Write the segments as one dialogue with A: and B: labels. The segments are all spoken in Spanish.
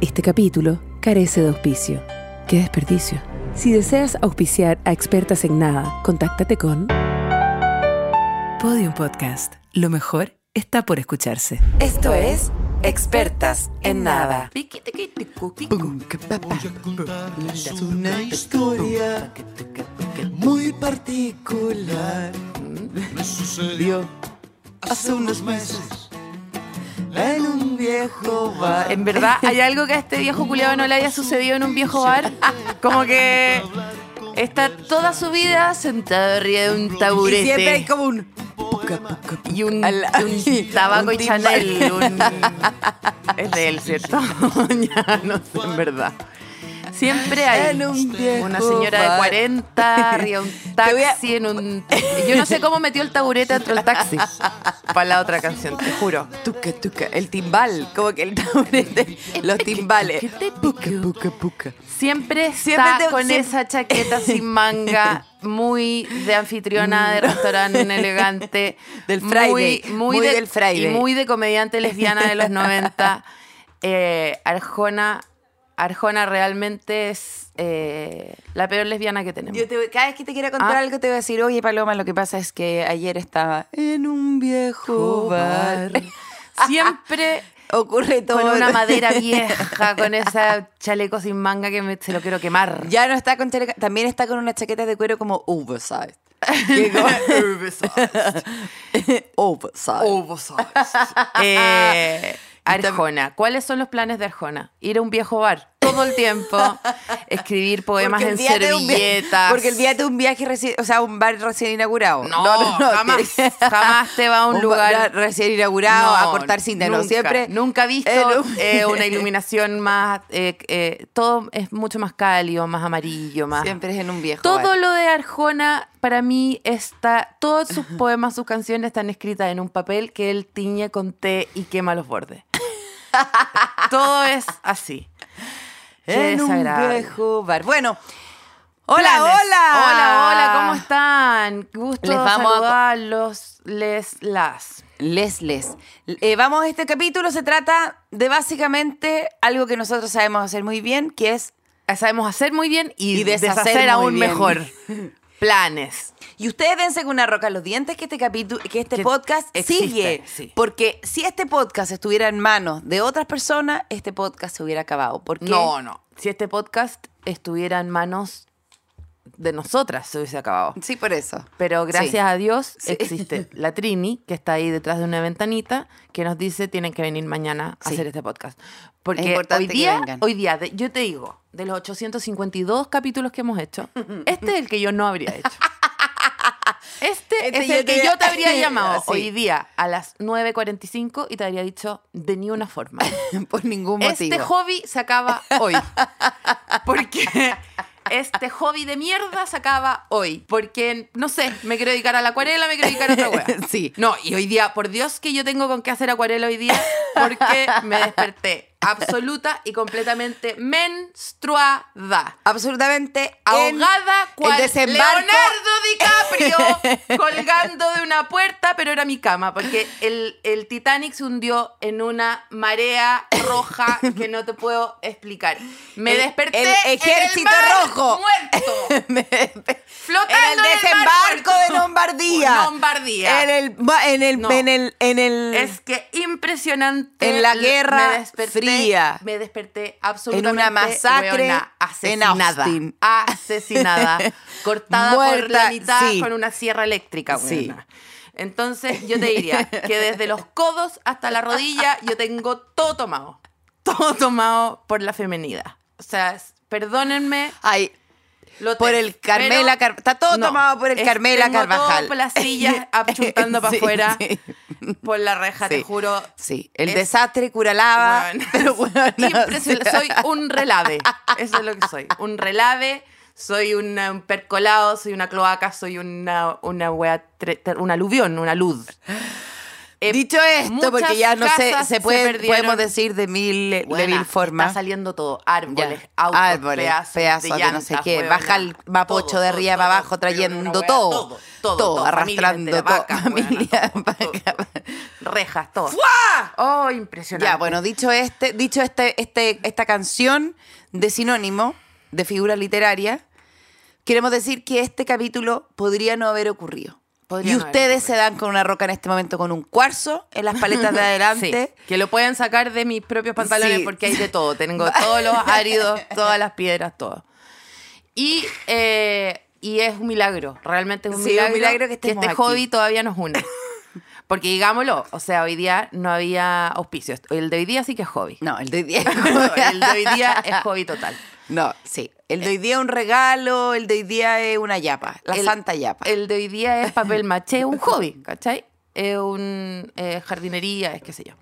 A: Este capítulo carece de auspicio. ¡Qué desperdicio! Si deseas auspiciar a expertas en nada, contáctate con Podium Podcast. Lo mejor está por escucharse. Esto es Expertas en Nada.
B: Voy a contarles una historia muy particular. Me sucedió hace unos meses Ah, en un viejo bar.
C: En verdad, hay algo que a este viejo culiado no le haya sucedido en un viejo bar. Ah, como que está toda su vida sentado arriba de un
D: Y siempre hay
C: taburete.
D: como un.
C: Y un,
D: al-
C: y un tabaco
D: un
C: y
D: timbal.
C: Chanel. un- Es de él, ¿cierto? ya, no sé, en verdad. Siempre hay
D: En un viejo
C: una señora de
D: bar.
C: 40 arriba de un
D: voy a-
C: taxi en un... Yo no sé cómo metió el taburete dentro del taxi. Para la otra canción, te juro.
D: Tuca, tuca. El timbal. Como que el taburete. Los timbales.
C: ¿Qué te
D: Puca, puca, puca.
C: Siempre está
D: Siempre te-
C: con
D: siempre-
C: esa chaqueta sin manga, muy de anfitriona de restaurante elegante.
D: Mm. Del Friday, muy
C: de-
D: del Friday.
C: Y muy de comediante lesbiana de los 90. Eh, Arjona, Arjona realmente es eh, la peor lesbiana que tenemos.
D: Yo te voy- cada vez que te quiera contar
C: Ah.
D: algo te voy a decir, oye Paloma, lo que pasa es que ayer estaba en un viejo bar.
C: ah, Siempre
D: Ocurre todo.
C: con una madera vieja, con ese chaleco sin manga que me- se lo quiero quemar.
D: Ya no está con chaleca, también está con una chaqueta de cuero como oversized. Que como- oversized.
C: Eh, Arjona, ¿cuáles son los planes de Arjona? Ir a un viejo bar todo el tiempo, escribir poemas
D: Porque
C: en
D: olvídate de un via-
C: servilletas.
D: Porque el día de un viaje recién, o sea, un bar recién inaugurado.
C: No, jamás, jamás te va a un, lugar
D: bar recién inaugurado a cortar cinta, no,
C: nunca,
D: siempre.
C: Nunca he visto
D: en un-
C: eh, una iluminación más. eh, eh, todo es mucho más cálido, más amarillo, más.
D: Siempre es en un viejo.
C: Todo
D: bar.
C: lo de Arjona para mí está. Todos sus poemas, sus canciones están escritas en un papel que él tiñe con té y quema los bordes. Todo es así. Qué
D: en un
C: desagradable.
D: viejo bar. Bueno, hola,
C: Planes.
D: hola.
C: Hola, hola, ¿cómo están? Gusto
D: Les vamos a-
C: saludarlos, les, las.
D: Les, les. Eh, vamos, este capítulo se trata de básicamente algo que nosotros sabemos hacer muy bien, que es
C: Eh, Sabemos hacer muy bien y,
D: Y
C: deshacer,
D: deshacer muy
C: aún
D: bien.
C: mejor. Planes.
D: Y ustedes dense con una roca en los dientes que este capítulo, que este
C: Que
D: podcast
C: existe,
D: sigue.
C: sí.
D: Porque si este podcast estuviera en manos de otras personas, este podcast se hubiera acabado. Porque
C: No, no. Si este podcast estuviera en manos de nosotras, se hubiese acabado.
D: Sí, por eso.
C: Pero gracias
D: Sí.
C: a Dios
D: Sí.
C: existe la Trini, que está ahí detrás de una ventanita, que nos dice tienen que venir mañana a
D: Sí.
C: hacer este podcast. Porque
D: importante
C: hoy
D: que
C: día,
D: vengan.
C: hoy día, de- yo te digo, de los 852 capítulos que hemos hecho, este es el que yo no habría hecho. Este,
D: Este
C: es
D: yo
C: el
D: te
C: que
D: había-
C: yo te habría llamado
D: Sí.
C: hoy día a las 9.45 y te habría dicho de ni una forma.
D: por ningún motivo.
C: Este hobby se acaba hoy. Porque este hobby de mierda se acaba hoy. Porque, no sé, me quiero dedicar a la acuarela, me quiero dedicar a otra wea.
D: Sí.
C: No, y hoy día, por Dios que yo tengo con qué hacer acuarela hoy día, porque me desperté absoluta y completamente menstruada.
D: Absolutamente
C: Ahogada
D: en el
C: cual
D: desembarco.
C: Leonardo DiCaprio colgando de una puerta, pero era mi cama, porque el, el Titanic se hundió en una marea roja que no te puedo explicar. Me
D: El-
C: desperté
D: el ejército
C: en el mar
D: rojo.
C: muerto,
D: En,
C: flotando
D: el desembarco de Lombardía.
C: Lombardía.
D: En el, ba- en el,
C: No.
D: en el, en el-
C: es que impresionante.
D: En la guerra
C: Me desperté-
D: fría.
C: Me desperté absolutamente.
D: En una masacre
C: weona,
D: en
C: asesinada.
D: Austin.
C: Asesinada. cortada por
D: Muerta,
C: la mitad
D: sí.
C: con una sierra eléctrica,
D: Sí.
C: weona. Entonces, yo te diría que desde los codos hasta la rodilla, yo tengo todo tomado. Todo tomado por la femenidad. O sea, es- perdónenme.
D: Ay,
C: lo
D: por
C: te-
D: el Carmela
C: pero
D: Car- está todo
C: no,
D: tomado por el
C: es-
D: Carmela
C: tengo
D: Carvajal.
C: Todo por las sillas apuntando para
D: Sí,
C: afuera.
D: sí.
C: Por la reja, te
D: Sí.
C: juro.
D: Sí, el
C: Es-
D: desastre Curalaba.
C: Weón.
D: Ah, Pero bueno,
C: Impresionante. Soy un relave. Eso es lo que soy. Un relave. Soy una- un percolado, soy una cloaca, soy una, una wea, tre- ter- un aluvión, una luz. Eh,
D: Dicho esto,
C: muchas
D: porque ya no sé,
C: casas
D: se puede,
C: perdieron.
D: podemos decir de mil, de
C: Buena,
D: mil formas.
C: Está saliendo todo. Árboles,
D: Ya.
C: autos,
D: Árboles,
C: pedazos,
D: pedazos de no
C: llantas,
D: sé qué.
C: huevona.
D: Baja el mapocho
C: Todo,
D: de
C: todo,
D: arriba
C: todo,
D: para abajo
C: pero una
D: trayendo
C: hueá,
D: todo,
C: Todo, todo,
D: todo,
C: familias
D: arrastrando
C: enteras,
D: todo,
C: vacas,
D: familia,
C: huevona, todo,
D: vaca.
C: todo, todo. Rejas, todo. ¡Oh, Oh, impresionante.
D: Ya, bueno, dicho este, dicho este, este, esta canción de sinónimo de figura literaria, queremos decir que este capítulo podría no haber ocurrido.
C: Podría
D: y
C: no haber
D: ustedes se dan con una roca en este momento con un cuarzo en las paletas de adelante.
C: Sí, que lo pueden sacar de mis propios pantalones
D: Sí.
C: porque hay de todo. Tengo todos los áridos, todas las piedras, todo. Y, eh, y es un milagro, realmente es un
D: Sí, un
C: milagro,
D: milagro que estemos
C: este
D: aquí.
C: hobby todavía nos une. Porque digámoslo, o sea, hoy día no había auspicios. El de hoy día sí que es hobby.
D: No, el de hoy día.
C: El de hoy día es hobby total.
D: No, sí. Eh, El de hoy día es un regalo, el de hoy día es una yapa, la
C: El-
D: santa yapa.
C: El de hoy día es papel maché, un hobby, ¿cachai? Es un eh, jardinería, es qué sé yo.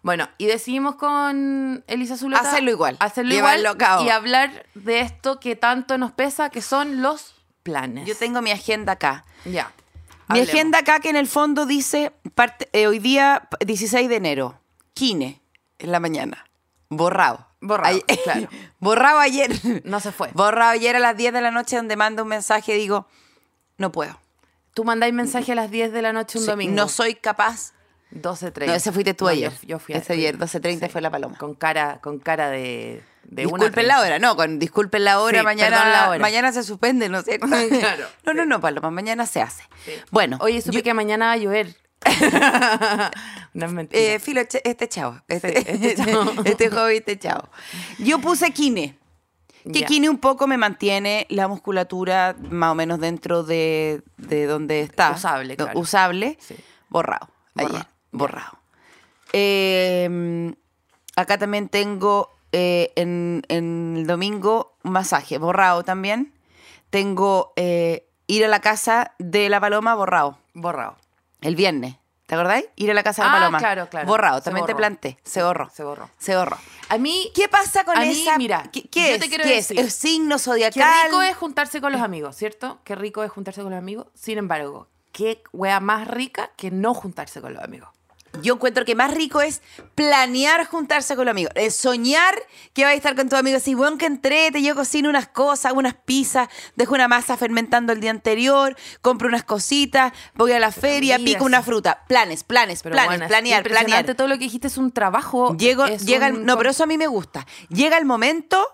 C: Bueno, y decidimos con Elisa Zuleta
D: Hacerlo igual,
C: hacerlo
D: llevarlo
C: igual
D: a cabo.
C: y hablar de esto que tanto nos pesa, que son los planes.
D: Yo tengo mi agenda acá.
C: ya.
D: Mi
C: hablemos.
D: agenda acá que en el fondo dice parte- eh, hoy día 16 de enero, Kine, en la mañana. Borrado.
C: Borrado,
D: Ay-
C: claro.
D: Borrado ayer.
C: No se fue.
D: Borrado ayer a las 10 de la noche donde mando un mensaje y digo, no puedo.
C: Tú mandáis mensaje a las 10 de la noche un
D: Sí,
C: domingo.
D: No soy capaz.
C: 12.30.
D: No, ese fuiste tú
C: No,
D: ayer.
C: Yo, yo fui
D: Ese ayer, 12:30 fue la paloma.
C: Con cara, con cara de, de
D: disculpen
C: una.
D: la hora, no, con disculpen la hora,
C: Sí,
D: mañana,
C: perdón la hora.
D: mañana se suspende, ¿no es cierto?
C: Claro.
D: No, no, no, Paloma, mañana se hace. Bueno,
C: Oye, supe
D: yo-
C: que mañana va a llover. no es mentira.
D: eh, Filo, che- este chavo, este,
C: este chavo.
D: este hobby, este chavo. Yo puse Kine, que
C: Ya.
D: Kine un poco me mantiene la musculatura más o menos dentro de, de donde está.
C: Usable,
D: No,
C: claro.
D: Usable,
C: Sí.
D: borrado. ayer,
C: Borrado.
D: borrado. Eh, acá también tengo eh, en, en el domingo un masaje, borrado también. Tengo eh, ir a la casa de la paloma, borrado.
C: Borrado.
D: El viernes. ¿Te acordáis? Ir a la casa de la
C: Ah,
D: paloma.
C: claro, claro.
D: Borrado.
C: Se
D: También te
C: borró.
D: planté. Se borró.
C: Se borró.
D: Se borró.
C: A mí,
D: ¿Qué pasa con
C: A mí,
D: esa?
C: mira,
D: ¿Qué, qué
C: yo
D: es?
C: te quiero
D: ¿Qué
C: decir,
D: es? ¿Es signo
C: qué
D: zodiacal?
C: rico es juntarse con los amigos, ¿cierto? Qué rico es juntarse con los amigos. Sin embargo, qué wea más rica que no juntarse con los amigos.
D: Yo encuentro que más rico es planear juntarse con los amigos. Eh, soñar que vais a estar con tus amigos. Si bueno, que entrete, yo cocino unas cosas, hago unas pizzas, dejo una masa fermentando el día anterior, compro unas cositas, voy a la feria,
C: mira,
D: pico una
C: sí.
D: fruta. Planes, planes,
C: Pero
D: planes,
C: bueno, es
D: planear,
C: impresionante,
D: planear.
C: Todo lo que dijiste es un trabajo.
D: Llego,
C: es
D: llega
C: un
D: el, no,
C: con-
D: pero eso a mí me gusta. Llega el momento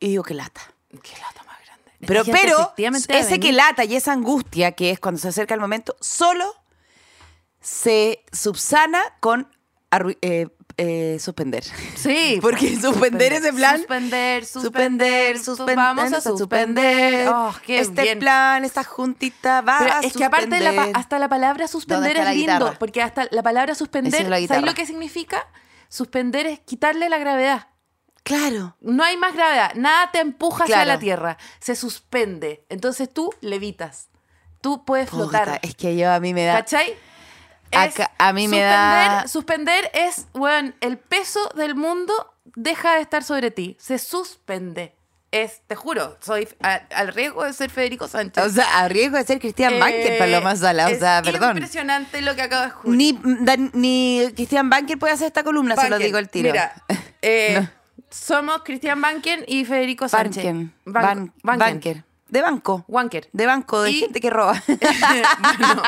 D: y digo, qué lata.
C: Qué lata más grande. Esta
D: Pero,
C: gente
D: pero
C: efectivamente va a
D: ese que
C: venir.
D: lata y esa angustia que es cuando se acerca el momento, solo se subsana con arru- eh, eh, suspender.
C: Sí. pues,
D: Porque suspender ese plan-
C: Suspender, suspender, suspender.
D: Suspender, suspender,
C: Vamos a suspender. Oh, qué
D: este
C: bien.
D: plan, esta juntita va
C: Pero
D: a
C: es que aparte la pa-
D: Ah, suspender.
C: hasta la palabra suspender
D: ¿Dónde
C: es
D: está la
C: lindo,
D: guitarra?
C: porque hasta la palabra suspender,
D: Esa es la
C: ¿sabes
D: guitarra.
C: lo que significa? Suspender es quitarle la gravedad.
D: Claro.
C: No hay más gravedad, nada te empuja hacia
D: Claro.
C: la tierra, se suspende. Entonces tú levitas. Tú puedes
D: Puta,
C: flotar.
D: es que yo a mí me da...
C: ¿Cachai?
D: Acá- a mí me da-
C: Suspender es, weón, el peso del mundo deja de estar sobre ti. Se suspende. Es, te juro, soy a- al riesgo de ser Federico Sánchez.
D: O sea, a riesgo de ser Cristian Banker,
C: Eh,
D: Paloma Sala, o sea,
C: es
D: perdón.
C: impresionante lo que acabo de escuchar.
D: Ni, Dan- ni Cristian Banker puede hacer esta columna, se lo
C: Banken.
D: digo al tiro.
C: Mira, eh, somos Cristian Banken y Federico Sánchez.
D: Banker,
C: Ban- Banken.
D: Banker. De banco.
C: Wanker.
D: De banco, de
C: Y-
D: gente que roba.
C: Bueno,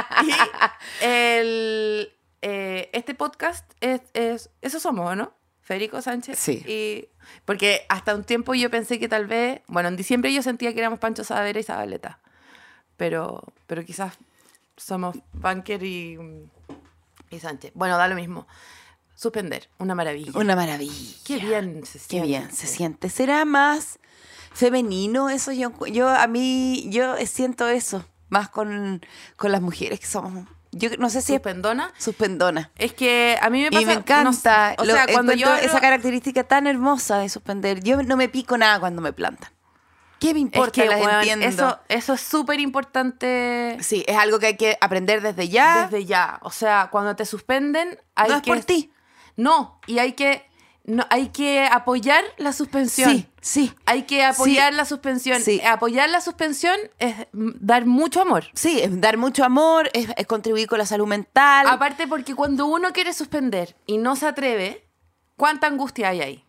C: y el, eh, este podcast es, es- Eso somos, ¿o ¿no? Federico Sánchez.
D: Sí.
C: Y, porque hasta un tiempo yo pensé que tal vez. Bueno, en diciembre yo sentía que éramos Pancho Savera y Zabaleta. Pero, pero quizás somos Banker y, y Sánchez. Bueno, da lo mismo. Suspender, una maravilla.
D: Una maravilla.
C: Qué bien se
D: Qué
C: siente.
D: bien se siente. ¿Será más femenino eso? Yo, encu- yo a mí, yo siento eso. Más con, con las mujeres que somos. Yo no sé si es
C: Suspendona.
D: suspendona.
C: Es que a mí me pasa.
D: y me
C: no
D: encanta.
C: sé, o
D: lo-
C: sea, cuando yo.
D: encuentro esa
C: hablo-
D: característica tan hermosa de suspender. Yo no me pico nada cuando me plantan. ¿Qué me
C: Es
D: importa?
C: que,
D: Las
C: weón,
D: entiendo.
C: Eso, eso es súper importante
D: Sí, es algo que hay que aprender desde ya.
C: desde ya. O sea, cuando te suspenden, hay
D: no es
C: que.
D: por ti.
C: No, y hay que, no, hay que apoyar la suspensión.
D: Sí, sí.
C: Hay que apoyar la suspensión.
D: Sí.
C: Apoyar la suspensión es mm, dar mucho amor.
D: Sí, es dar mucho amor, es, es contribuir con la salud mental.
C: Aparte, porque cuando uno quiere suspender y no se atreve, ¿cuánta angustia hay ahí?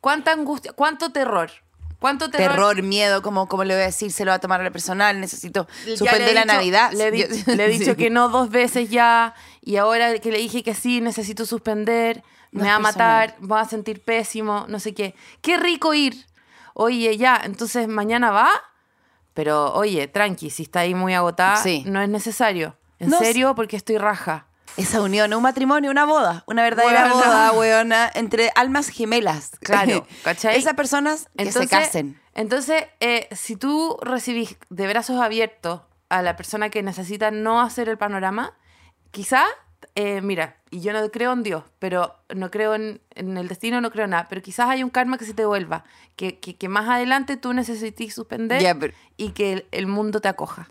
C: ¿Cuánta angustia? ¿Cuánto terror? ¿Cuánto terror?
D: terror, miedo, como, como le voy a decir, se lo va a tomar a la personal, necesito
C: Ya
D: suspender
C: le he
D: la
C: dicho-
D: Navidad.
C: Le he, di-
D: Yo-
C: le he dicho
D: Sí.
C: que no dos veces ya Y ahora que le dije que sí, necesito suspender,
D: No
C: me
D: es
C: va a matar, va a sentir pésimo, no sé qué. Qué rico ir. Oye, ya, entonces mañana va, pero oye, tranqui, si está ahí muy agotada,
D: Sí.
C: no es necesario. En
D: No,
C: serio, porque estoy raja.
D: Esa unión, un matrimonio, una boda, una verdadera
C: Hueona.
D: boda, weona, entre almas gemelas.
C: Claro, ¿cachai?
D: Esas personas que se casen.
C: Entonces, eh, si tú recibís de brazos abiertos a la persona que necesita no hacer el panorama, quizá, eh, mira, y yo no creo en Dios, pero no creo en, en el destino, no creo en nada, pero quizás hay un karma que se te vuelva, que, que, que más adelante tú necesites suspender
D: Ya, pero-
C: y que el, el mundo te acoja.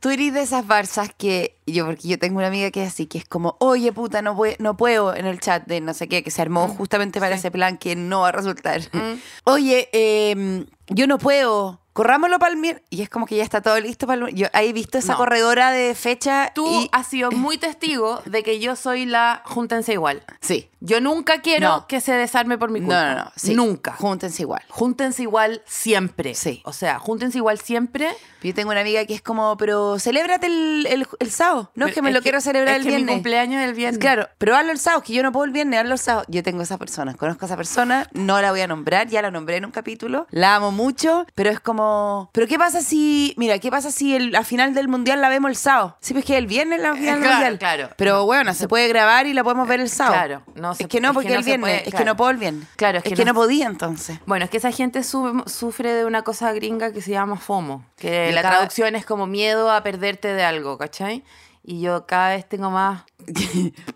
D: Tú eres de esas barzas que yo, porque yo tengo una amiga que es así, que es como, oye puta, no, pue- no puedo en el chat de no sé qué, que se armó
C: Mm,
D: justamente para ese plan que no va a resultar. Oye, em, yo no puedo, corrámoslo para el mier... Y es como que ya está todo listo para el... Yo ahí he visto esa
C: No.
D: corredora de fecha
C: Tú
D: y...
C: has sido muy testigo de que yo soy la júntense igual.
D: Sí.
C: Yo nunca quiero
D: No.
C: que se desarme por mi
D: No,
C: culpa.
D: no, no. sí.
C: Nunca.
D: Júntense igual.
C: júntense igual siempre.
D: Sí.
C: O sea, júntense igual siempre.
D: Yo tengo una amiga que es como, pero celébrate el, el, el sábado. No, es
C: Pero
D: que me lo
C: que-
D: quiero celebrar
C: es
D: el
C: que
D: viernes.
C: mi cumpleaños es el viernes.
D: Claro, pero hazlo el sábado, que yo no puedo el viernes, hazlo el sábado. Yo tengo esa persona, conozco a esa persona, no la voy a nombrar, ya la nombré en un capítulo, la amo mucho, pero es como, pero ¿qué pasa si, mira, qué pasa si el, la final del mundial la vemos el sábado? Sí, pues que el viernes la final del
C: Eh, claro,
D: mundial.
C: claro.
D: Pero bueno, se puede grabar y la podemos ver el sábado.
C: eh, claro, no se-
D: es que no,
C: es que
D: porque
C: no
D: el
C: se
D: viernes,
C: puede,
D: es que
C: claro.
D: no puedo el viernes.
C: Claro,
D: es que, no, podía entonces.
C: Bueno, es que esa gente su- sufre de una cosa gringa que se llama FOMO, que
D: Yo
C: la
D: cada-
C: traducción es como miedo a perderte de algo, ¿cachai? Y yo cada vez tengo más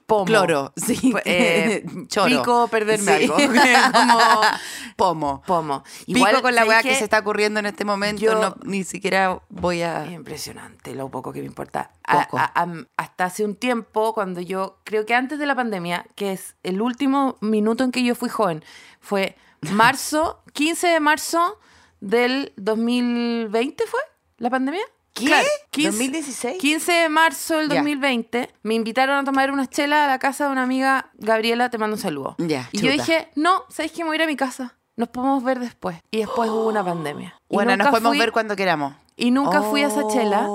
C: pomo.
D: Cloro, sí.
C: Eh,
D: Choro.
C: Pico perderme
D: Sí.
C: algo. Como
D: Pomo.
C: pomo.
D: Pico con la
C: ¿sabes
D: weá que
C: qué?
D: se está ocurriendo en este momento,
C: Yo- Eh,
D: no, ni siquiera voy a...
C: Es impresionante lo poco que me importa. A-
D: Ah. Poco.
C: a- am- hasta hace un tiempo, cuando yo, creo que antes de la pandemia, que es el último minuto en que yo fui joven, fue marzo, 15 de marzo del 2020 fue la pandemia.
D: ¿Qué? 2016?
C: 15 de marzo del
D: Ya.
C: 2020 me invitaron a tomar unas chelas a la casa de una amiga, Gabriela, te mando un saludo.
D: Ya,
C: y yo
D: chuta.
C: dije, no, ¿sabes qué? Me voy a ir a mi casa. Nos podemos ver después. Y después hubo una pandemia. Y
D: Bueno, nos
C: nunca
D: podemos
C: fui-
D: ver Oh. cuando queramos.
C: y nunca fui a esa chela.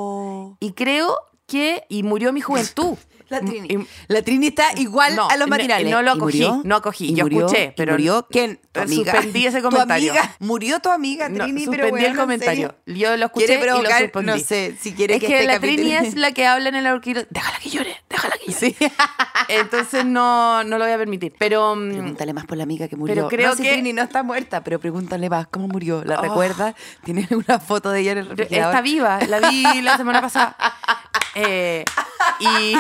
C: Y creo que. Y murió mi juventud.
D: La Trini.
C: Y-
D: la Trini está igual
C: Mm, No,
D: a los
C: no-
D: matinales.
C: no lo
D: ¿Y
C: acogí,
D: murió?
C: no acogí.
D: ¿Y
C: Yo
D: murió?
C: escuché,
D: ¿Y
C: pero-
D: murió quién? Tu
C: pero
D: amiga.
C: suspendí ese
D: Tu
C: comentario.
D: amiga. Murió tu amiga,
C: no,
D: Trini, pero
C: suspendí el
D: weona, ¿en serio?
C: comentario. Yo lo escuché
D: Quiere
C: y lo
D: provocar,
C: suspendí.
D: no sé, si quiere
C: es
D: que
C: que,
D: este
C: la
D: capítulo-
C: Trini es la que habla en el orquídeo. Déjala que llore, déjala que llore.
D: Sí.
C: Entonces no, no lo voy a permitir. Pero. mm,
D: Pregúntale más por la amiga que murió.
C: Pero creo
D: no, si
C: que-
D: Trini no está muerta, pero pregúntale más cómo murió. ¿La
C: Oh.
D: recuerda? ¿Tiene alguna foto de ella en el refrigerador?
C: Está viva, la vi la semana pasada. Eh, y,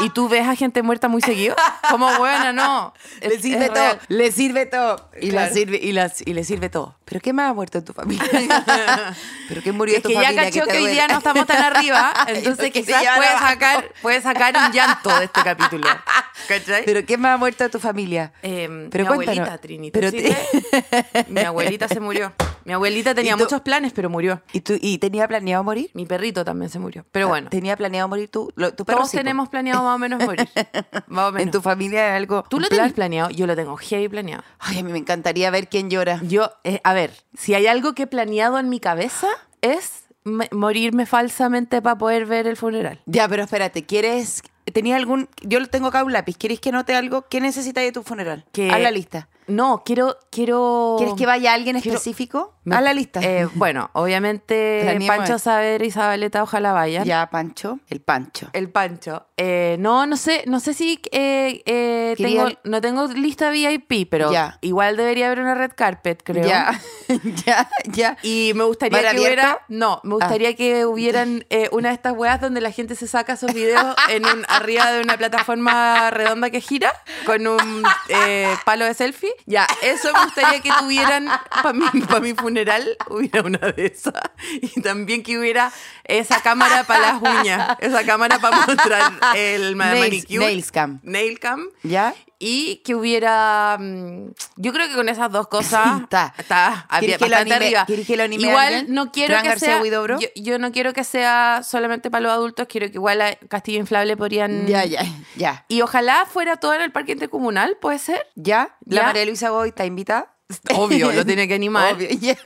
C: y tú ves a gente muerta muy seguido. Como buena, no. Es-
D: Le
C: es
D: sirve todo,
C: real.
D: le sirve todo. Y, la
C: Claro.
D: sirve, y, las- y le sirve todo. ¿Pero qué más ha muerto en tu familia? ¿Pero qué murió
C: es
D: en tu
C: que ya
D: familia?
C: cachó
D: te
C: que, hoy
D: duele?
C: día no estamos tan arriba, entonces
D: Porque se
C: quizás
D: llevan
C: puede
D: abajo.
C: sacar, puede sacar un llanto de este capítulo. ¿Cachai?
D: ¿Pero qué más ha muerto de tu familia?
C: Eh,
D: Pero
C: mi
D: cuéntanos.
C: abuelita, Trini, ¿te
D: Pero
C: sirve?
D: te-
C: Mi abuelita se murió. Mi abuelita tenía
D: ¿Y tú?
C: muchos planes, pero murió.
D: ¿Y, tú, ¿Y tenía planeado morir?
C: Mi perrito también se murió. Pero bueno,
D: ¿Tenía planeado morir tú? Lo- tu perro
C: todos
D: sí, po.
C: tenemos planeado más o menos morir. Más o menos.
D: ¿En tu familia algo?
C: ¿Tú
D: un
C: lo
D: plan?
C: tenés planeado? Yo lo tengo heavy planeado.
D: Ay, a mí me encantaría ver quién llora.
C: Yo, eh, a ver, si hay algo que he planeado en mi cabeza es me- morirme falsamente para poder ver el funeral.
D: Ya, pero espérate, ¿quieres...? ¿Tenía algún...? Yo lo tengo acá un lápiz. ¿Quieres que note algo? ¿Qué necesitas de tu funeral?
C: Que-
D: Haz la lista.
C: No, quiero, quiero.
D: ¿Quieres que vaya alguien
C: Quiero-
D: específico?
C: Me-
D: Haz la lista.
C: Eh, bueno, obviamente
D: Planeemos
C: Pancho
D: esto.
C: Saber, Isabeleta, ojalá vayan.
D: Ya, Pancho. El Pancho.
C: El Pancho. Eh, no, no sé, no sé si eh, eh,
D: Quería-
C: tengo, no tengo lista VIP, pero
D: Ya.
C: igual debería haber una red carpet, creo.
D: Ya, ya, ya.
C: Y me gustaría
D: ¿Bar
C: que
D: abierto?
C: hubiera. No,
D: Ah.
C: me gustaría que hubieran eh, una de estas weas donde la gente se saca sus videos en un, arriba de una plataforma redonda que gira con un eh, palo de selfie. Ya, eso me gustaría que tuvieran para mi, pa' mi funeral, hubiera una de esas. Y también que hubiera esa cámara para las uñas, esa cámara para mostrar el ma-
D: Nails-
C: manicure.
D: nails cam.
C: Nail cam.
D: ¿Ya?
C: Y que hubiera. mm, Yo creo que con esas dos cosas.
D: Está.
C: Está.
D: ¿Quieres
C: había
D: que lo
C: bastante
D: anime-
C: arriba.
D: quieres que lo anime
C: igual
D: alguien?
C: no quiero
D: ¿Fran
C: que
D: García
C: sea.
D: Huidobro?
C: Yo, yo no quiero que sea solamente para los adultos. Quiero que igual a Castillo Inflable podrían.
D: Ya, ya, ya.
C: Y ojalá fuera todo en el parque intercomunal, ¿puede ser?
D: ¿Ya? ¿La
C: Ya.
D: María Luisa Boy está invitada?
C: Obvio, lo tiene que animar.
D: Obvio, ya.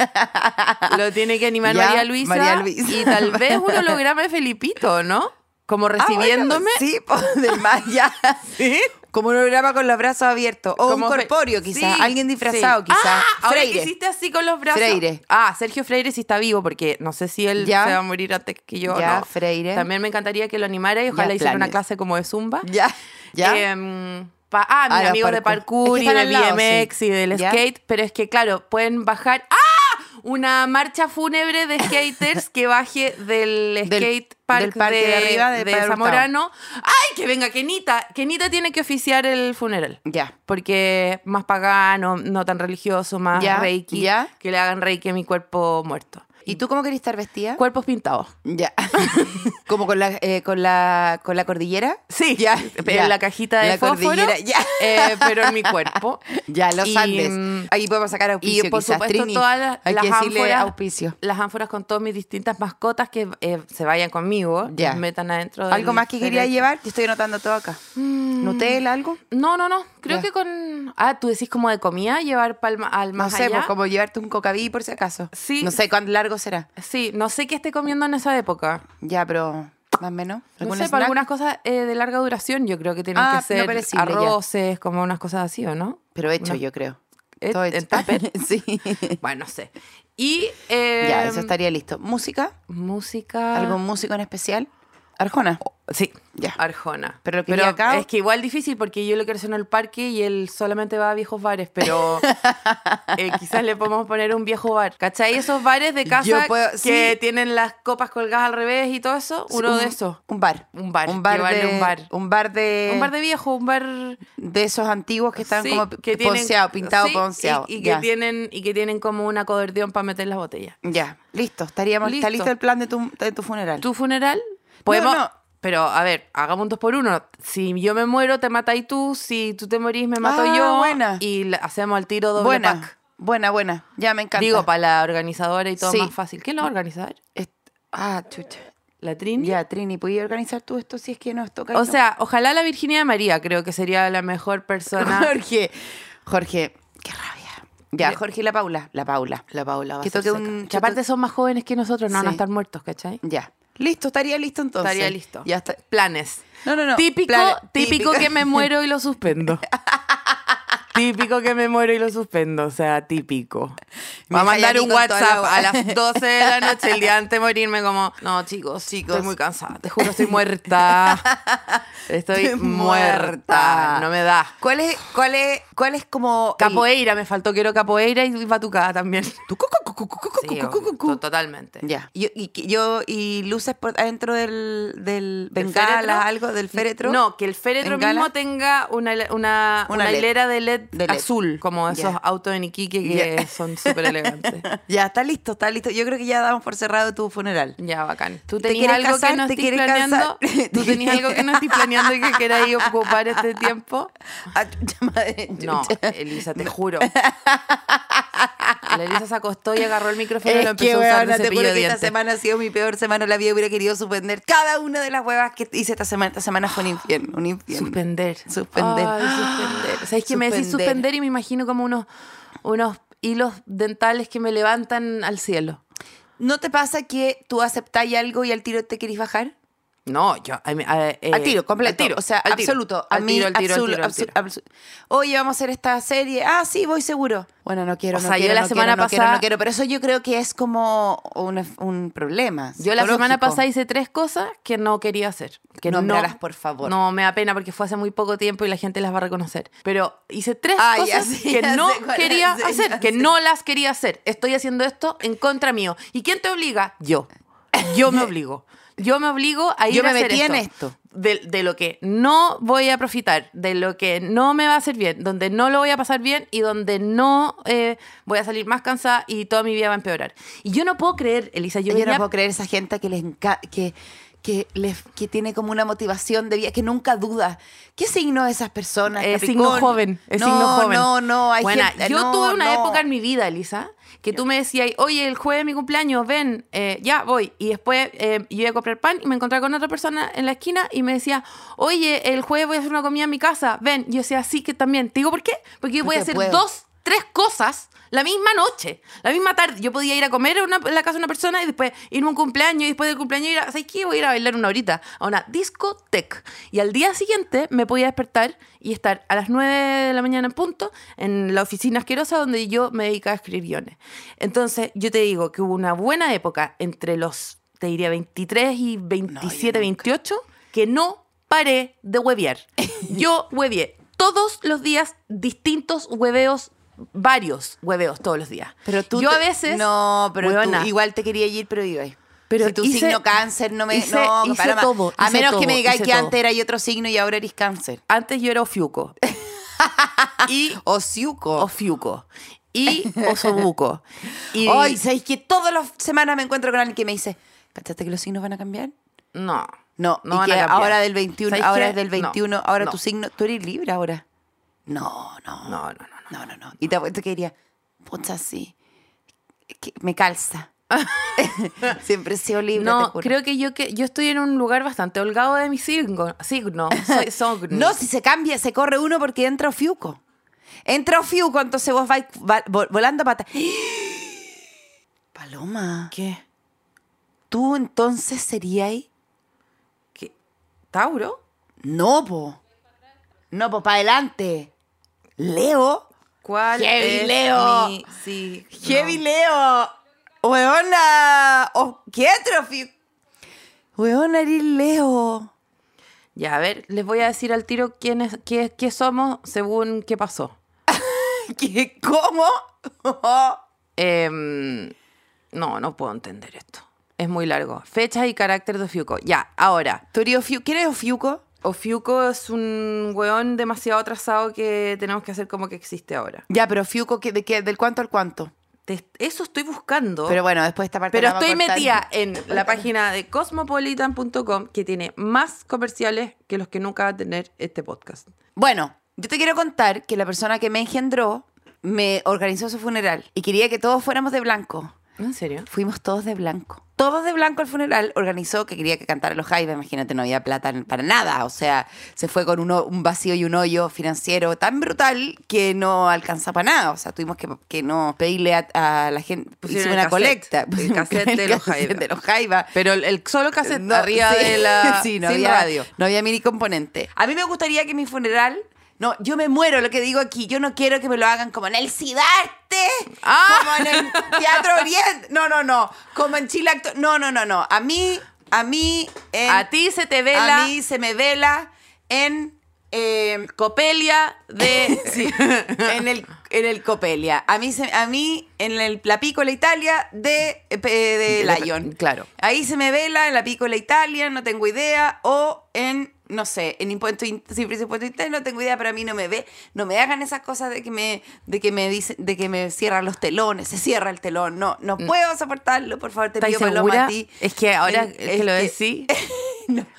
C: Lo tiene que animar
D: Ya,
C: María Luisa.
D: María Luisa.
C: Y tal vez un holograma de Felipito, ¿no? Como recibiéndome.
D: Ah, bueno, sí, po, del más ya.
C: ¿Sí?
D: Como un holograma con los brazos abiertos. O
C: Como
D: un
C: Fe-
D: corpóreo, quizás.
C: Sí,
D: Alguien disfrazado,
C: sí.
D: quizás.
C: Ah, ahora que
D: Freire.
C: hiciste así con los brazos.
D: Freire.
C: Ah, Sergio Freire sí está vivo, porque no sé si él
D: Ya.
C: se va a morir antes que yo.
D: Ya,
C: no.
D: Freire.
C: También me encantaría que lo animara y ojalá
D: Ya,
C: hiciera una
D: planes.
C: clase como de zumba.
D: Ya, ya.
C: Em, pa- ah, mis
D: Ah, los
C: amigos de
D: parkour.
C: parkour
D: Es
C: y
D: que están
C: de
D: al lado,
C: BMX
D: sí.
C: y del
D: Ya.
C: skate, pero es que, claro, pueden bajar. ¡Ah! Una marcha fúnebre de skaters que baje del
D: Del-
C: skate park
D: del parque de arriba de Padre Hurtado.
C: Zamorano. ¡Ay, que venga Kenita! Kenita tiene que oficiar el funeral
D: Ya.
C: porque más pagano, no tan religioso, más
D: Ya,
C: reiki,
D: ya.
C: que le hagan reiki a mi cuerpo muerto.
D: ¿Y tú cómo querías estar vestida?
C: Cuerpos pintados.
D: Ya. ¿Como con la, eh, con la con la cordillera?
C: Sí,
D: Ya,
C: en
D: ya.
C: la cajita de
D: La
C: fósforo,
D: cordillera, ya.
C: eh, pero en mi cuerpo.
D: Ya, los
C: Y,
D: Andes.
C: mm,
D: Aquí podemos sacar auspicio
C: y por
D: quizás,
C: supuesto
D: Trini.
C: todas las,
D: Hay
C: las
D: que decirle
C: ánforas,
D: auspicio.
C: las ánforas con todas mis distintas mascotas que eh, se vayan conmigo,
D: Ya.
C: me metan adentro. del
D: ¿Algo más que quería
C: féretro.
D: llevar? Yo estoy anotando todo acá.
C: Mm.
D: ¿Nutella, algo?
C: No, no, no. Creo
D: Ya.
C: que con. Ah, tú decís como de comida, llevar palma al
D: No
C: más
D: sé,
C: allá.
D: pues como llevarte un cocaví por si acaso.
C: Sí.
D: No sé cuán largo será.
C: Sí, no sé qué esté comiendo en esa época.
D: Ya, pero más o menos.
C: No
D: ¿Algún
C: sé, para
D: snack?
C: algunas cosas eh, de larga duración yo creo que tienen
D: Ah,
C: que ser
D: no perecible, ya.
C: arroces, como unas cosas así, ¿o no?
D: Pero hecho,
C: Una-
D: yo creo.
C: Eh,
D: Todo hecho.
C: ¿en tupper?
D: sí.
C: Bueno, no sé. Y... eh,
D: ya, eso estaría listo. ¿Música?
C: Música...
D: ¿Algún músico en especial? Arjona.
C: Sí,
D: Ya.
C: Arjona.
D: Pero lo que vi acá-
C: es que igual difícil porque yo lo quiero hacer en el parque y él solamente va a viejos bares, pero eh, quizás le podemos poner un viejo bar. ¿Cachai? Esos bares de
D: Yo
C: casa
D: puedo-
C: que
D: sí.
C: tienen las copas colgadas al revés y todo eso. Uno
D: Un-
C: de esos.
D: Un bar.
C: Un bar,
D: Un bar,
C: llevarle
D: de,
C: un bar.
D: Un bar de.
C: Un bar de viejo, un bar
D: de esos antiguos que están
C: Sí,
D: como
C: tienen-
D: ponceado, pintado,
C: sí,
D: ponceado.
C: Y, y
D: ya.
C: que tienen, y que tienen como una coberdión para meter las botellas.
D: ya. Listo. Estaríamos, Está
C: Listo.
D: listo el plan de tu, de tu funeral.
C: ¿Tu funeral? Podemos.
D: no.
C: Pero, a ver, hagamos un dos por uno. Si yo me muero, te matáis tú. Si tú te morís, me mato
D: Ah,
C: yo.
D: buena.
C: Y la- hacemos al tiro doble
D: buena.
C: pack.
D: Buena, buena. Ya me encanta.
C: Digo, para la organizadora y todo
D: Sí.
C: más fácil. ¿Quién lo va a organizar?
D: Est- Ah, chucha.
C: ¿La Trini?
D: Ya, Trini, ¿podías organizar tú esto si es que nos toca?
C: O sea, ojalá la Virginia de María creo que sería la mejor persona.
D: Jorge. Jorge, qué rabia. Ya,
C: Ya.
D: Jorge y la Paula. La Paula.
C: la Paula va
D: Que
C: a ser
D: toque
C: seca.
D: un-
C: Que aparte son más jóvenes que nosotros, no van a
D: Sí.
C: estar muertos, ¿cachai?
D: Ya. Listo, estaría listo entonces.
C: Estaría listo.
D: Ya está.
C: Planes.
D: No, no, no.
C: Típico,
D: Plan-
C: típico, que me muero y lo suspendo. típico que me muero y lo suspendo. O sea, típico.
D: Mi
C: Va a
D: hija ya
C: mandar
D: ni
C: un
D: con toda la
C: WhatsApp
D: agua.
C: a las 12 de la noche el día antes de morirme como, no, chicos, chicos, estoy muy cansada. Te juro, estoy muerta. Estoy
D: Estoy muerta.
C: muerta. No me da.
D: ¿Cuál es, cuál es, cuál es como. el-
C: Capoeira, me faltó. Quiero capoeira y batucada también.
D: Tu cu, cu, cu, cu, cu, cu,
C: Sí,
D: cu, cu,
C: obvio,
D: cu, cu, cu.
C: to- totalmente.
D: Ya. Yo, y, que- yo, y luces por adentro del, del
C: ¿Del féretro?
D: bengala, algo del féretro.
C: No, que el féretro
D: ¿Bengala?
C: mismo tenga una, ele- una,
D: Una
C: una
D: LED.
C: hilera de LED,
D: De LED.
C: azul, como esos
D: Ya.
C: autos en Iquique que
D: Ya.
C: son súper elegantes.
D: Ya, está listo, está listo. Yo creo que ya damos por cerrado tu funeral.
C: Ya, bacán. ¿Tú
D: ¿Te
C: tenías
D: quieres
C: algo
D: casar?
C: que no
D: ¿Te
C: estés
D: quieres
C: planeando?
D: casar?
C: ¿Tú tenías algo que no estés planeando y que queráis ocupar este tiempo?
D: Ah, chucha madre,
C: No,
D: chucha.
C: Elisa, te juro. La Elisa se acostó y agarró el micrófono y lo
D: Es
C: empezó
D: que,
C: a usar de
D: weona, te
C: cepillo
D: juro
C: de
D: que esta
C: dientes.
D: semana ha sido mi peor semana. en La vida hubiera querido suspender cada una de las huevas que hice esta semana. Esta semana fue un infierno, un infierno.
C: Suspender.
D: Suspender.
C: Ay, suspender. ¿Sabes que me decís
D: Suspender.
C: suspender y me imagino como unos, unos hilos dentales que me levantan al cielo?
D: ¿No te pasa que tú aceptáis algo y al tiro te querís bajar?
C: No, yo. a mí- a- eh,
D: al tiro, completo.
C: al tiro,
D: o sea,
C: al tiro,
D: absoluto. A
C: Al
D: mí,
C: tiro, al tiro, al
D: absolu-
C: tiro, al
D: absolu-
C: tiro.
D: absolu- Oye, vamos a hacer esta serie. Ah, sí, voy seguro. Bueno, no quiero,
C: O
D: no
C: sea, yo
D: quiero,
C: la
D: no
C: semana
D: quiero, no quiero,
C: pasada-
D: no quiero. Pero eso yo creo que es como un, un problema
C: Yo la semana
D: psicológico.
C: pasada hice tres cosas que no quería hacer. Que no,
D: Nómbralas, por favor.
C: No, me da pena porque fue hace muy poco tiempo y la gente las va a reconocer. Pero hice tres
D: Ah, ya
C: cosas
D: sé,
C: que
D: ya
C: no
D: sé cuál
C: quería
D: es, ya
C: hacer, que
D: sé.
C: no las quería hacer. Estoy haciendo esto en contra mío. ¿Y quién te obliga? Yo. Yo me obligo. Yo me obligo a ir
D: Yo me
C: a hacer
D: metí en esto.
C: De, de lo que no voy a profitar, de lo que no me va a hacer bien, donde no lo voy a pasar bien y donde no eh, voy a salir más cansada y toda mi vida va a empeorar. Y yo no puedo creer, Elisa, yo,
D: Yo, no
C: venía-
D: puedo creer esa gente que les enca- que que les que tiene como una motivación de vida que nunca duda. ¿Qué signo es esas personas?
C: Es
D: Capricornio?
C: signo joven, es
D: no,
C: signo joven.
D: No, no, hay
C: Buena,
D: gente-
C: Yo
D: no,
C: tuve una
D: no.
C: época en mi vida, Elisa, que tú me decías, oye, el jueves es mi cumpleaños, ven, eh, ya voy. Y después eh, yo iba a comprar pan y me encontraba con otra persona en la esquina y me decía, oye, el jueves voy a hacer una comida en mi casa, ven. Y yo decía, sí, que también. Te digo, ¿por qué? Porque yo voy a
D: Porque
C: hacer
D: puedo.
C: dos tres cosas la misma noche, la misma tarde. Yo podía ir a comer a, una- en la casa de una persona y después irme a un cumpleaños y después del cumpleaños ir a, ¿sabes qué? Voy a ir a bailar una horita a una discoteca. Y al día siguiente me podía despertar y estar a las 9 de la mañana en punto en la oficina asquerosa donde yo me dedicaba a escribir guiones. Entonces, yo te digo que hubo una buena época entre los, te diría, 23 y 27, 28, que no paré de huevear. Yo huevié todos los días distintos hueveos, varios hueveos todos los días.
D: Pero tú
C: yo
D: te-
C: a veces...
D: No, pero tú
C: Hueona.
D: igual te quería ir, pero iba.
C: Pero
D: si tu
C: hice-
D: signo cáncer no me.
C: hice-
D: no,
C: hice
D: compadre, ma-
C: todo,
D: A
C: hice
D: menos que
C: todo,
D: me digáis
C: hice
D: que
C: todo.
D: antes era otro signo y ahora eres cáncer.
C: Antes yo era Ofiuco. y
D: O ciuco.
C: Ofiuco. Y Osobuco. Y...
D: Ay, ¿sabéis que todas las semanas me encuentro con alguien que me dice, ¿cachaste que los signos van a cambiar?
C: No.
D: No,
C: No
D: y
C: van a
D: que
C: cambiar.
D: ahora del 21,
C: ¿Sabéis
D: ahora
C: qué?
D: es del
C: No,
D: 21, ahora
C: no.
D: tu signo, tú eres libre ahora. No, no,
C: No,
D: no,
C: no, no.
D: no, no. Y te apuesto que diría, puta, sí, es que me calza. Siempre he sido libre, te
C: No,
D: juro.
C: creo que yo que yo estoy en un lugar bastante holgado de mi signo. Signo. Soy, sogno.
D: No, si se cambia, se corre uno porque entra Ofiuco. Entra Ofiuco, entonces vos vais va- vol- volando para atrás. Paloma,
C: ¿Qué?
D: ¿tú entonces serías
C: ¿Qué? ¿Tauro?
D: No, po. No, po, para adelante. Leo.
C: ¿Cuál
D: Heavy
C: es
D: Leo.
C: mi signo?
D: Heavy Leo. Weona. Oh, ¿Qué atrofi? Weona, eres Leo.
C: Ya, a ver, les voy a decir al tiro quién es, qué, qué somos según qué pasó.
D: ¿Qué? ¿Cómo?
C: Em, no, no puedo entender esto. Es muy largo. Fechas y carácter de Ofiuco. Ya, ahora.
D: ¿Tú eres Ofiuco? ¿Quién es Ofiuco?
C: Ofiuco es un weón demasiado atrasado que tenemos que hacer como que existe ahora.
D: Ya, pero Ofiuco, ¿qué- ¿de qué? ¿Del cuánto al cuánto?
C: Te- eso estoy buscando.
D: Pero bueno, después esta parte
C: Pero
D: la vamos a
C: estoy
D: cortar.
C: metida en la página de cosmopolitan.com que tiene más comerciales que los que nunca va a tener este podcast.
D: Bueno, yo te quiero contar que la persona que me engendró me organizó su funeral y quería que todos fuéramos de blanco.
C: ¿En serio?
D: Fuimos todos de blanco. Todos de blanco al funeral. Organizó que quería que cantara los Jaivas. Imagínate, no había plata n- para nada. O sea, se fue con uno- un vacío y un hoyo financiero tan brutal que no alcanza para nada. O sea, tuvimos que, que no pedirle a, a la gente.
C: Pusieron
D: hicimos
C: el
D: una
C: cassette,
D: colecta.
C: el
D: Pusimos
C: cassette de los
D: cassette
C: Jaivas.
D: de los Jaivas.
C: Pero el, el solo cassette
D: No,
C: arriba
D: sí,
C: de la
D: sí, no
C: sin
D: había,
C: radio.
D: No había mini componente. A mí me gustaría que mi funeral. No, yo me muero lo que digo aquí. Yo no quiero que me lo hagan como en el Cidarte.
C: Ah.
D: Como en el Teatro Oriente. No, no, no. Como en Chile Acto- No, no, no, no. A mí, a mí. en-
C: A ti se te ve
D: A
C: la
D: mí se me vela en. eh,
C: copelia de...
D: sí, en el, en el Copelia. A mí, se- a mí en el, la Pícola Italia de, eh, de Lyon.
C: Claro.
D: Ahí se me vela en la Pícola Italia, no tengo idea, o en, no sé, en impuesto, in- simple y impuesto interno, no tengo idea, pero a mí no me ve, no me hagan esas cosas de que me, de que me dicen, de que me cierran los telones, se cierra el telón, no, no puedo soportarlo, por favor, te
C: ¿Estáis
D: pido paloma
C: Mm. segura?
D: a ti.
C: Es que ahora
D: Es
C: que lo
D: que-
C: decís...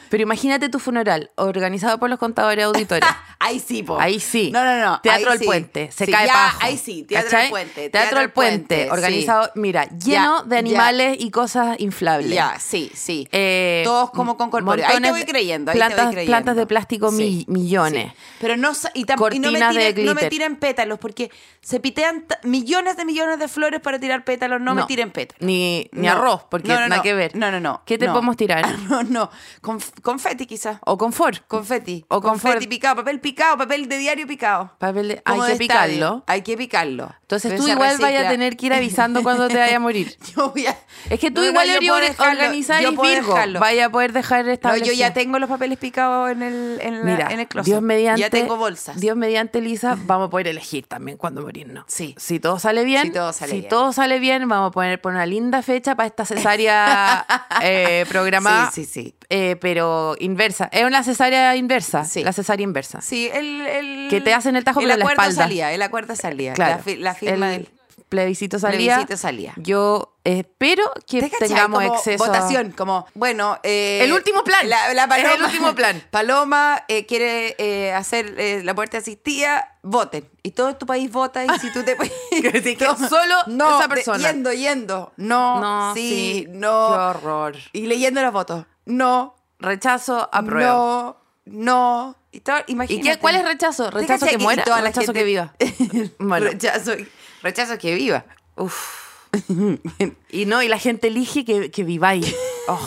C: Pero imagínate tu funeral organizado por los contadores auditores.
D: Ahí sí, po.
C: Ahí sí.
D: No, no, no.
C: Teatro
D: ahí
C: El
D: sí.
C: Puente. Se
D: Sí,
C: cae
D: ya,
C: pajo.
D: Ahí sí, Teatro
C: ¿Cachai?
D: El Puente.
C: Teatro El Puente.
D: sí.
C: Organizado, mira, lleno
D: Ya,
C: de
D: ya.
C: animales y cosas inflables.
D: Ya, sí, sí.
C: Eh,
D: Todos como con corpóreos. Ahí te
C: montones
D: voy
C: de-
D: creyendo. ahí te voy
C: plantas,
D: creyendo.
C: plantas de plástico
D: Sí,
C: mi- millones.
D: sí. Pero no, sa- y, tam- y no, me
C: Cortinas de
D: tiren, no me
C: glitter.
D: tiren pétalos, porque se pitean ta- millones de millones de flores para tirar pétalos. No, me tiren pétalos.
C: Ni, ni
D: No.
C: arroz, porque
D: No, no,
C: nada
D: no.
C: que ver.
D: No, no, no.
C: ¿Qué te
D: No.
C: podemos tirar?
D: No, no. Conf- confeti quizás.
C: O confort.
D: Confeti.
C: O confort.
D: confeti picado, papel picado, papel de diario picado.
C: Papel de- hay
D: Como
C: que
D: de estadio.
C: picarlo.
D: Hay que picarlo.
C: Entonces
D: Pero
C: tú
D: se
C: igual vayas a
D: recicla.
C: tener que ir avisando cuando te vaya a morir.
D: Yo voy a-
C: Es que tú
D: No, no,
C: igual
D: yo
C: deberías
D: puedo dejarlo,
C: organizar
D: yo
C: el
D: puedo
C: Virgo.
D: dejarlo.
C: Vaya a poder dejar
D: No,
C: establecido.
D: yo ya tengo los papeles picados en el, en la-
C: Mira,
D: en el closet.
C: Dios mediante.
D: Ya tengo bolsas.
C: Dios mediante, Lisa, vamos a poder elegir también cuándo morirnos.
D: Sí.
C: Si todo sale bien.
D: Si todo sale bien.
C: todo sale bien, vamos a poner por una linda fecha para esta cesárea eh, programada.
D: Sí, sí, sí.
C: Eh, pero inversa. Es una cesárea inversa.
D: Sí.
C: La cesárea inversa.
D: Sí, el, el-
C: Que te hacen el tajo, pero en la
D: acuerdo
C: espalda.
D: salía, el acuerdo salía.
C: Claro.
D: La, fi- la firma
C: El
D: del...
C: plebiscito salía.
D: Plebiscito salía.
C: Yo espero que
D: ¿Te cachai?
C: tengamos
D: Como
C: exceso.
D: Votación, como, bueno. eh,
C: El último plan.
D: La, la
C: Es
D: paloma,
C: el último plan.
D: Paloma eh, quiere eh, hacer eh, la muerte asistida, voten. Y todo tu país vota y si tú te.
C: que solo esa persona.
D: de- Yendo, yendo. No,
C: No,
D: sí,
C: sí.
D: no.
C: Qué horror.
D: Y leyendo los votos. No,
C: Rechazo, apruebo.
D: no, no. Y todo,
C: ¿Y
D: imagínate.
C: qué, cuál es rechazo?
D: ¿Te
C: ¿Rechazo
D: cachai
C: que muera
D: toda
C: o
D: la
C: rechazo
D: gente-
C: que viva? Bueno.
D: Rechazo, rechazo que viva. Uf.
C: Y no, y la gente elige que, que viváis. Oh.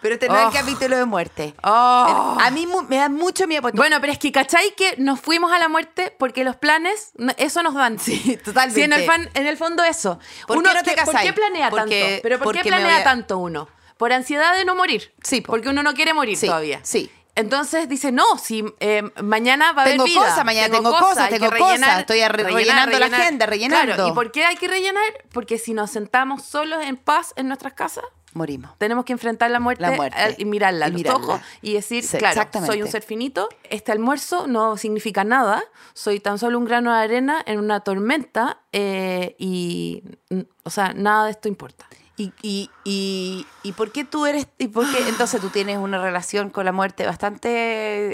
D: Pero tenemos
C: Oh.
D: el capítulo de muerte. Eh,
C: Oh.
D: A mí mu- me da mucho miedo. porque-
C: Bueno, pero es que, ¿cachai? Que nos fuimos a la muerte porque los planes, no- eso nos dan. Sí,
D: totalmente.
C: Sí, en el, fan- en el fondo eso.
D: ¿Por
C: uno,
D: qué no te
C: que- ¿Por
D: casáis?
C: qué planea
D: Porque-
C: tanto? ¿Pero por
D: porque
C: qué
D: me
C: planea
D: voy a-
C: tanto uno? Por ansiedad de no morir.
D: Sí, po.
C: Porque uno no quiere morir
D: Sí,
C: todavía.
D: sí.
C: Entonces dice, no, si eh, mañana va a
D: Tengo
C: haber vida.
D: cosas, mañana tengo cosas,
C: hay que
D: tengo cosas, estoy arre- rellenando la agenda, rellenando.
C: Claro, ¿y por qué hay que rellenar? Porque si nos sentamos solos en paz en nuestras casas,
D: Morimos.
C: tenemos que enfrentar la muerte,
D: La muerte.
C: al- y mirarla a
D: Y
C: los
D: mirarla.
C: ojos y decir,
D: Sí,
C: claro,
D: exactamente.
C: soy un ser finito, este almuerzo no significa nada, soy tan solo un grano de arena en una tormenta eh, y, mm, o sea, nada de esto importa.
D: Y, y, y, y por qué tú eres.? ¿Y por qué entonces tú tienes una relación con la muerte bastante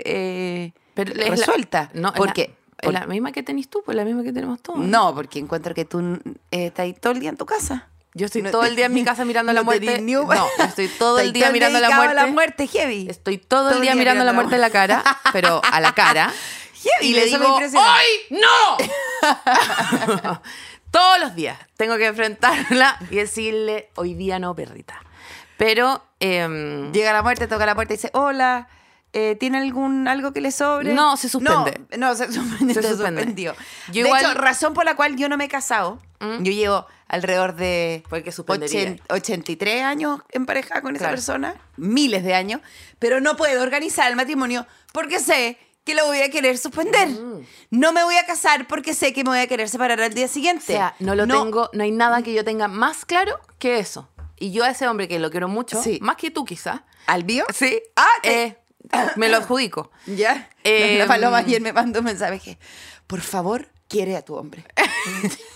D: eh,
C: Pero es la-
D: resuelta?
C: No, es la-
D: porque.
C: es la misma que tenés tú, pues la misma que tenemos todos.
D: No, porque encuentro que tú eh, estás ahí todo el día en tu casa.
C: Yo estoy
D: No-
C: todo el día en mi casa mirando la
D: No te di
C: muerte.
D: ni
C: No,
D: un-
C: yo estoy todo
D: Estás
C: el día mirando la
D: dedicado a
C: muerte.
D: la muerte heavy.
C: Estoy todo, el día, mirando la muerte en la cara, pero a la cara.
D: Heavy,
C: y le
D: eso me
C: digo,
D: impresiona.
C: ¡hoy no! Todos los días tengo que enfrentarla y decirle, hoy día no, perrita. Pero, em,
D: Llega la muerte, toca la puerta y dice, hola, eh, ¿tiene algún algo que le sobre?
C: No, se suspende.
D: No, no, se suspende.
C: Se
D: Se
C: suspende.
D: suspendió.
C: Yo
D: de
C: igual-
D: hecho, razón por la cual yo no me he casado,
C: ¿Mm?
D: yo llevo alrededor de
C: Porque suspendería.
D: 80 83 años en pareja con esa
C: Claro.
D: persona, miles de años, pero no puedo organizar el matrimonio porque sé que lo voy a querer suspender.
C: Mm.
D: No me voy a casar porque sé que me voy a querer separar al día
C: o
D: siguiente.
C: sea, no lo tengo, no hay nada que yo tenga más claro que eso. Y yo a ese hombre que lo quiero mucho,
D: Sí.
C: más que tú quizá,
D: ¿Al bio?
C: sí,
D: Ah, te-
C: eh, me lo adjudico.
D: Ya.
C: Eh,
D: la paloma ayer me mandó un mensaje que, por favor, quiere a tu hombre.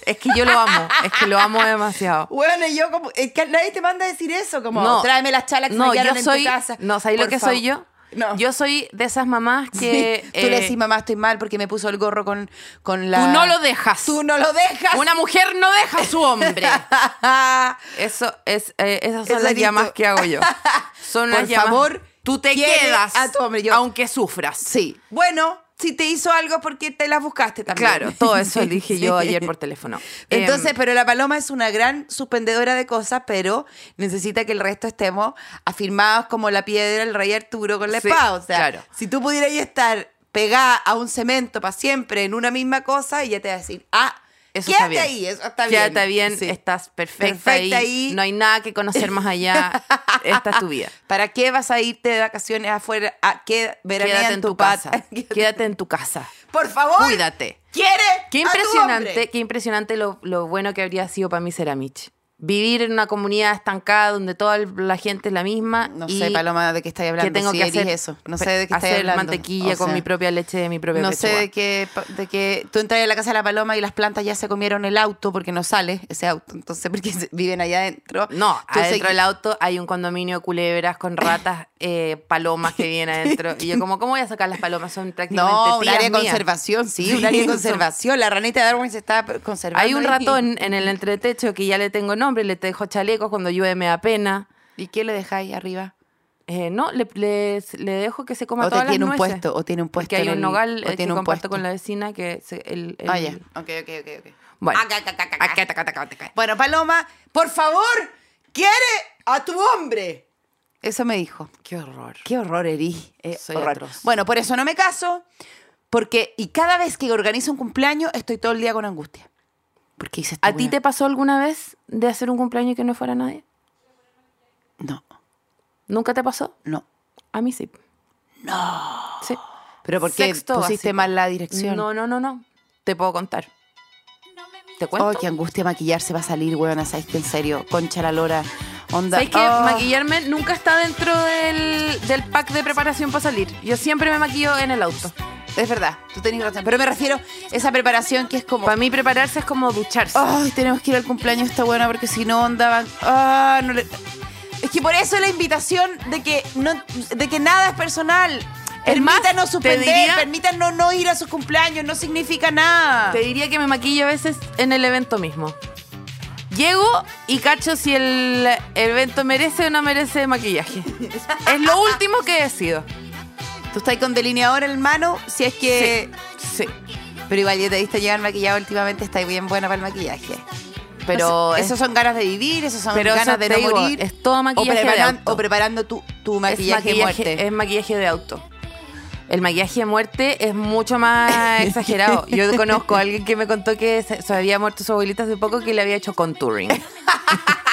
C: Es que yo lo amo, es que lo amo demasiado.
D: Bueno, y yo como, es que nadie te manda a decir eso, como,
C: No.
D: tráeme las chalas que
C: no,
D: me
C: yo
D: quedaron
C: soy,
D: en tu casa.
C: No, ¿sabes lo
D: Por
C: que
D: favor.
C: soy yo?
D: No.
C: Yo soy de esas mamás
D: Sí.
C: que...
D: Tú le
C: eh,
D: decís, mamá, estoy mal porque me puso el gorro con, con la...
C: Tú no lo dejas.
D: Tú no lo dejas.
C: Una mujer no deja a su hombre. Eso es, eh, esas son
D: Eso
C: las
D: eres
C: llamadas
D: tú.
C: que hago yo. Son
D: Por
C: las llamadas.
D: favor,
C: tú te
D: quiere
C: quedas
D: a tu hombre. Yo-
C: aunque sufras.
D: sí. Bueno, si te hizo algo porque te las buscaste también.
C: Claro, todo eso
D: Sí,
C: dije
D: sí.
C: yo ayer por teléfono.
D: Entonces,
C: Em,
D: pero la paloma es una gran suspendedora de cosas, pero necesita que el resto estemos afirmados como la piedra del rey Arturo con la
C: Sí,
D: espada. O sea,
C: claro.
D: si tú pudieras estar pegada a un cemento para siempre en una misma cosa, y ya te va a decir, ah,
C: eso
D: quédate
C: está bien.
D: ahí, eso está bien.
C: Quédate bien,
D: Sí.
C: estás perfecta,
D: Perfecta
C: ahí,
D: ahí.
C: No hay nada que conocer más allá. Esta es tu vida.
D: ¿Para qué vas a irte de vacaciones afuera? ¿A qué veranea
C: Quédate en tu casa.
D: pat-
C: Quédate en tu casa.
D: Por favor.
C: Cuídate.
D: Quiere.
C: Qué
D: a tu
C: impresionante,
D: hombre.
C: qué impresionante lo, lo bueno que habría sido para mí ser Amish. Vivir en una comunidad estancada donde toda el- la gente es la misma.
D: No
C: y
D: sé, Paloma, de qué estás
C: que
D: hablando.
C: tengo
D: si
C: que
D: eres
C: hacer
D: eso. No sé de qué estás
C: hacer
D: hablando.
C: mantequilla
D: O
C: con
D: sea,
C: mi propia leche de mi propia
D: No sé
C: pechuga.
D: de qué, pa- de qué. Tú entras a la casa de la paloma y las plantas ya se comieron el auto porque no sale ese auto. Entonces, porque se- viven allá adentro.
C: No,
D: Entonces,
C: adentro del auto hay un condominio de culebras con ratas, eh, palomas que vienen adentro. Y yo como, ¿cómo voy a sacar las palomas? Son prácticamente
D: No, un
C: tías
D: área de
C: mías.
D: conservación, sí, un
C: Sí,
D: área de
C: son-
D: conservación. La ranita de Darwin se está conservando.
C: Hay un
D: ahí.
C: ratón en el entretecho que ya le tengo nombre, le dejo chalecos cuando llueve me da pena.
D: ¿Y qué le dejáis arriba?
C: Eh, no, le, le- le dejo que se coma
D: O te
C: todas las
D: tiene un
C: nueces.
D: puesto, o tiene un puesto.
C: Porque hay
D: en
C: un
D: el-
C: nogal
D: o
C: eh, que
D: tiene un
C: comparto
D: puesto.
C: con la vecina que se- el, el-
D: Ah, ya. Ok, ok, ok, ok.
C: Bueno.
D: Ah, ca, ca, ca, ca, ca. Bueno, Paloma, por favor, quiere a tu hombre. Eso me dijo.
C: Qué horror.
D: Qué horror, Eri. Eh,
C: Soy
D: horror.
C: atroz.
D: Bueno, por eso no me caso. Porque, y cada vez que organizo un cumpleaños, estoy todo el día con angustia. Porque hice esta
C: ¿A ti
D: weá.
C: te pasó alguna vez de hacer un cumpleaños y que no fuera nadie?
D: No,
C: ¿Nunca te pasó?
D: no.
C: A mí sí. No. Sí.
D: Pero porque
C: Sexto
D: pusiste
C: básico.
D: mal la dirección. Oh,
C: No, no, no, no. Te puedo contar. ¿Te cuento?
D: Oh, qué angustia maquillarse va a salir, weón. ¿Sabes que en serio? Concha la lora. Onda.
C: ¿Sabes que
D: Oh.
C: maquillarme nunca está dentro del, del pack de preparación para salir? Yo siempre me maquillo en el auto.
D: Es verdad, tú tenés razón. Pero me refiero a esa preparación que es como.
C: Para mí prepararse es como ducharse.
D: Ay, tenemos que ir al cumpleaños de esta buena porque si no andaban. Ah, no le- Es que por eso la invitación de que no, de que nada es personal.
C: Es más,
D: Permítanos
C: te
D: suspender,
C: diría-
D: permítanos no ir a sus cumpleaños, no significa nada.
C: Te diría que me maquillo a veces en el evento mismo. Llego y cacho si el evento merece o no merece maquillaje. Es lo último que decido.
D: Tú estás con delineador en mano, si es que...
C: Sí,
D: Pero igual yo te he visto llegar maquillado últimamente, estás bien buena para el maquillaje.
C: pero
D: Entonces,
C: es-
D: esos son ganas de vivir, esos son
C: pero eso
D: ganas de
C: te
D: no
C: digo,
D: morir.
C: Es todo
D: o,
C: maquillaje de
D: preparan-
C: auto.
D: o preparando tu, tu
C: es,
D: maquillaje, de
C: maquillaje,
D: muerte.
C: es maquillaje de auto. El maquillaje de muerte es mucho más exagerado. Yo conozco a alguien que me contó que se, se había muerto su abuelita hace poco que le había hecho contouring.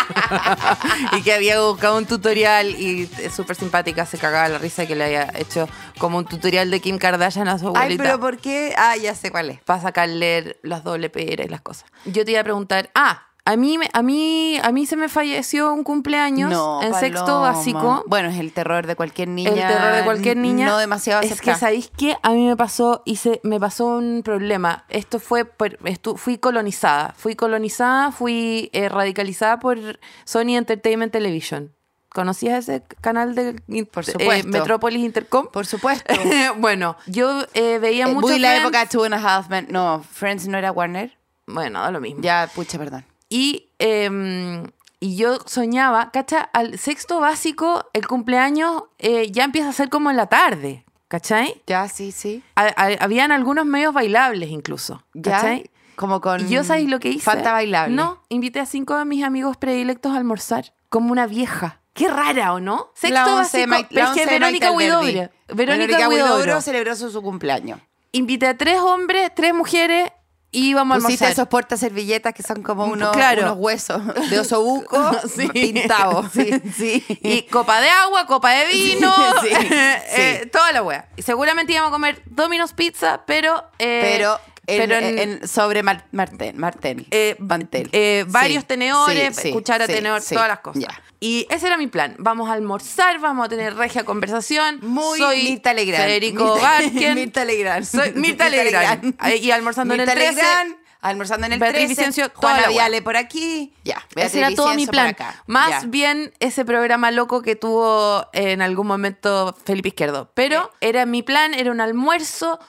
C: y que había buscado un tutorial y es súper simpática, se cagaba la risa que le había hecho como un tutorial de Kim Kardashian a su
D: Ay,
C: abuelita
D: pero ¿por qué? Ah, ya sé cuál es.
C: para sacarle las doble PR y las cosas. Yo te iba a preguntar, ah, a mí, me- a mí, a mí se me falleció un cumpleaños en
D: Paloma.
C: sexto básico.
D: Bueno, es el terror de cualquier niña.
C: el terror de cualquier
D: n-
C: niña.
D: No demasiado
C: Es que
D: aceptada.
C: sabéis que a mí me pasó y se, me pasó un problema. Esto fue por- estu- fui colonizada, fui colonizada, fui eh, radicalizada por Sony Entertainment Television. ¿Conocías ese canal de eh,
D: Por supuesto.
C: Metrópolis Intercom?
D: Por supuesto.
C: bueno, yo eh, veía
D: Eh,
C: mucho
D: Muy la
C: Friends.
D: época Two and a Half Men. No, Friends no era Warner.
C: Bueno, da lo mismo.
D: Ya, pucha, perdón.
C: Y, eh, y yo soñaba, cacha, al sexto básico, el cumpleaños eh, ya empieza a ser como en la tarde, ¿cachai?
D: Ya, sí, sí.
C: A- a- habían algunos medios bailables incluso,
D: Ya.
C: ¿cachai?
D: Como con.
C: Y yo sabéis lo que hice.
D: Falta bailable.
C: No, invité a cinco de mis amigos predilectos a almorzar, como una vieja. Qué rara, ¿o no? Sexto
D: La once de
C: básico,
D: Mike- la
C: es que
D: once de
C: Verónica
D: Michael Verdi.
C: Huidobro. Verónica Huidobro.
D: Huidobro celebró su, su cumpleaños.
C: Invité a tres hombres, tres mujeres y íbamos a
D: Pusiste
C: almorzar.
D: esos portas servilletas que son como unos,
C: claro.
D: unos huesos de osobuco
C: Sí.
D: pintados.
C: Sí, Y eh, copa de agua, copa de vino,
D: eh. Sí, sí.
C: eh, toda la wea. Y Seguramente íbamos a comer Domino's Pizza, pero... eh,
D: pero en-
C: pero en-
D: en- sobre Mar- Martel, Martel,
C: eh,
D: Mantel.
C: eh, varios
D: Sí,
C: tenedores,
D: sí, sí,
C: cuchara
D: sí,
C: tenedor,
D: sí,
C: todas las cosas.
D: ya.
C: Y ese era mi plan. Vamos a almorzar, vamos a tener regia conversación.
D: Muy
C: Soy
D: Mirta Legrand.
C: Federico
D: Mirta-
C: Barken.
D: Mirta Legrand.
C: Soy Mirta Legrand. Ahí, Y almorzando
D: Mirta
C: en el 13.
D: Legrand, almorzando en el
C: Beatriz
D: 13.
C: Vicencio, toda
D: Juana
C: la wea.
D: Viale por aquí. Ya, Beatriz
C: Ese era todo mi
D: Vicencio por
C: plan.
D: acá.
C: Más
D: Ya.
C: bien ese programa loco que tuvo en algún momento Felipe Izquierdo. Pero era mi plan, era un almuerzo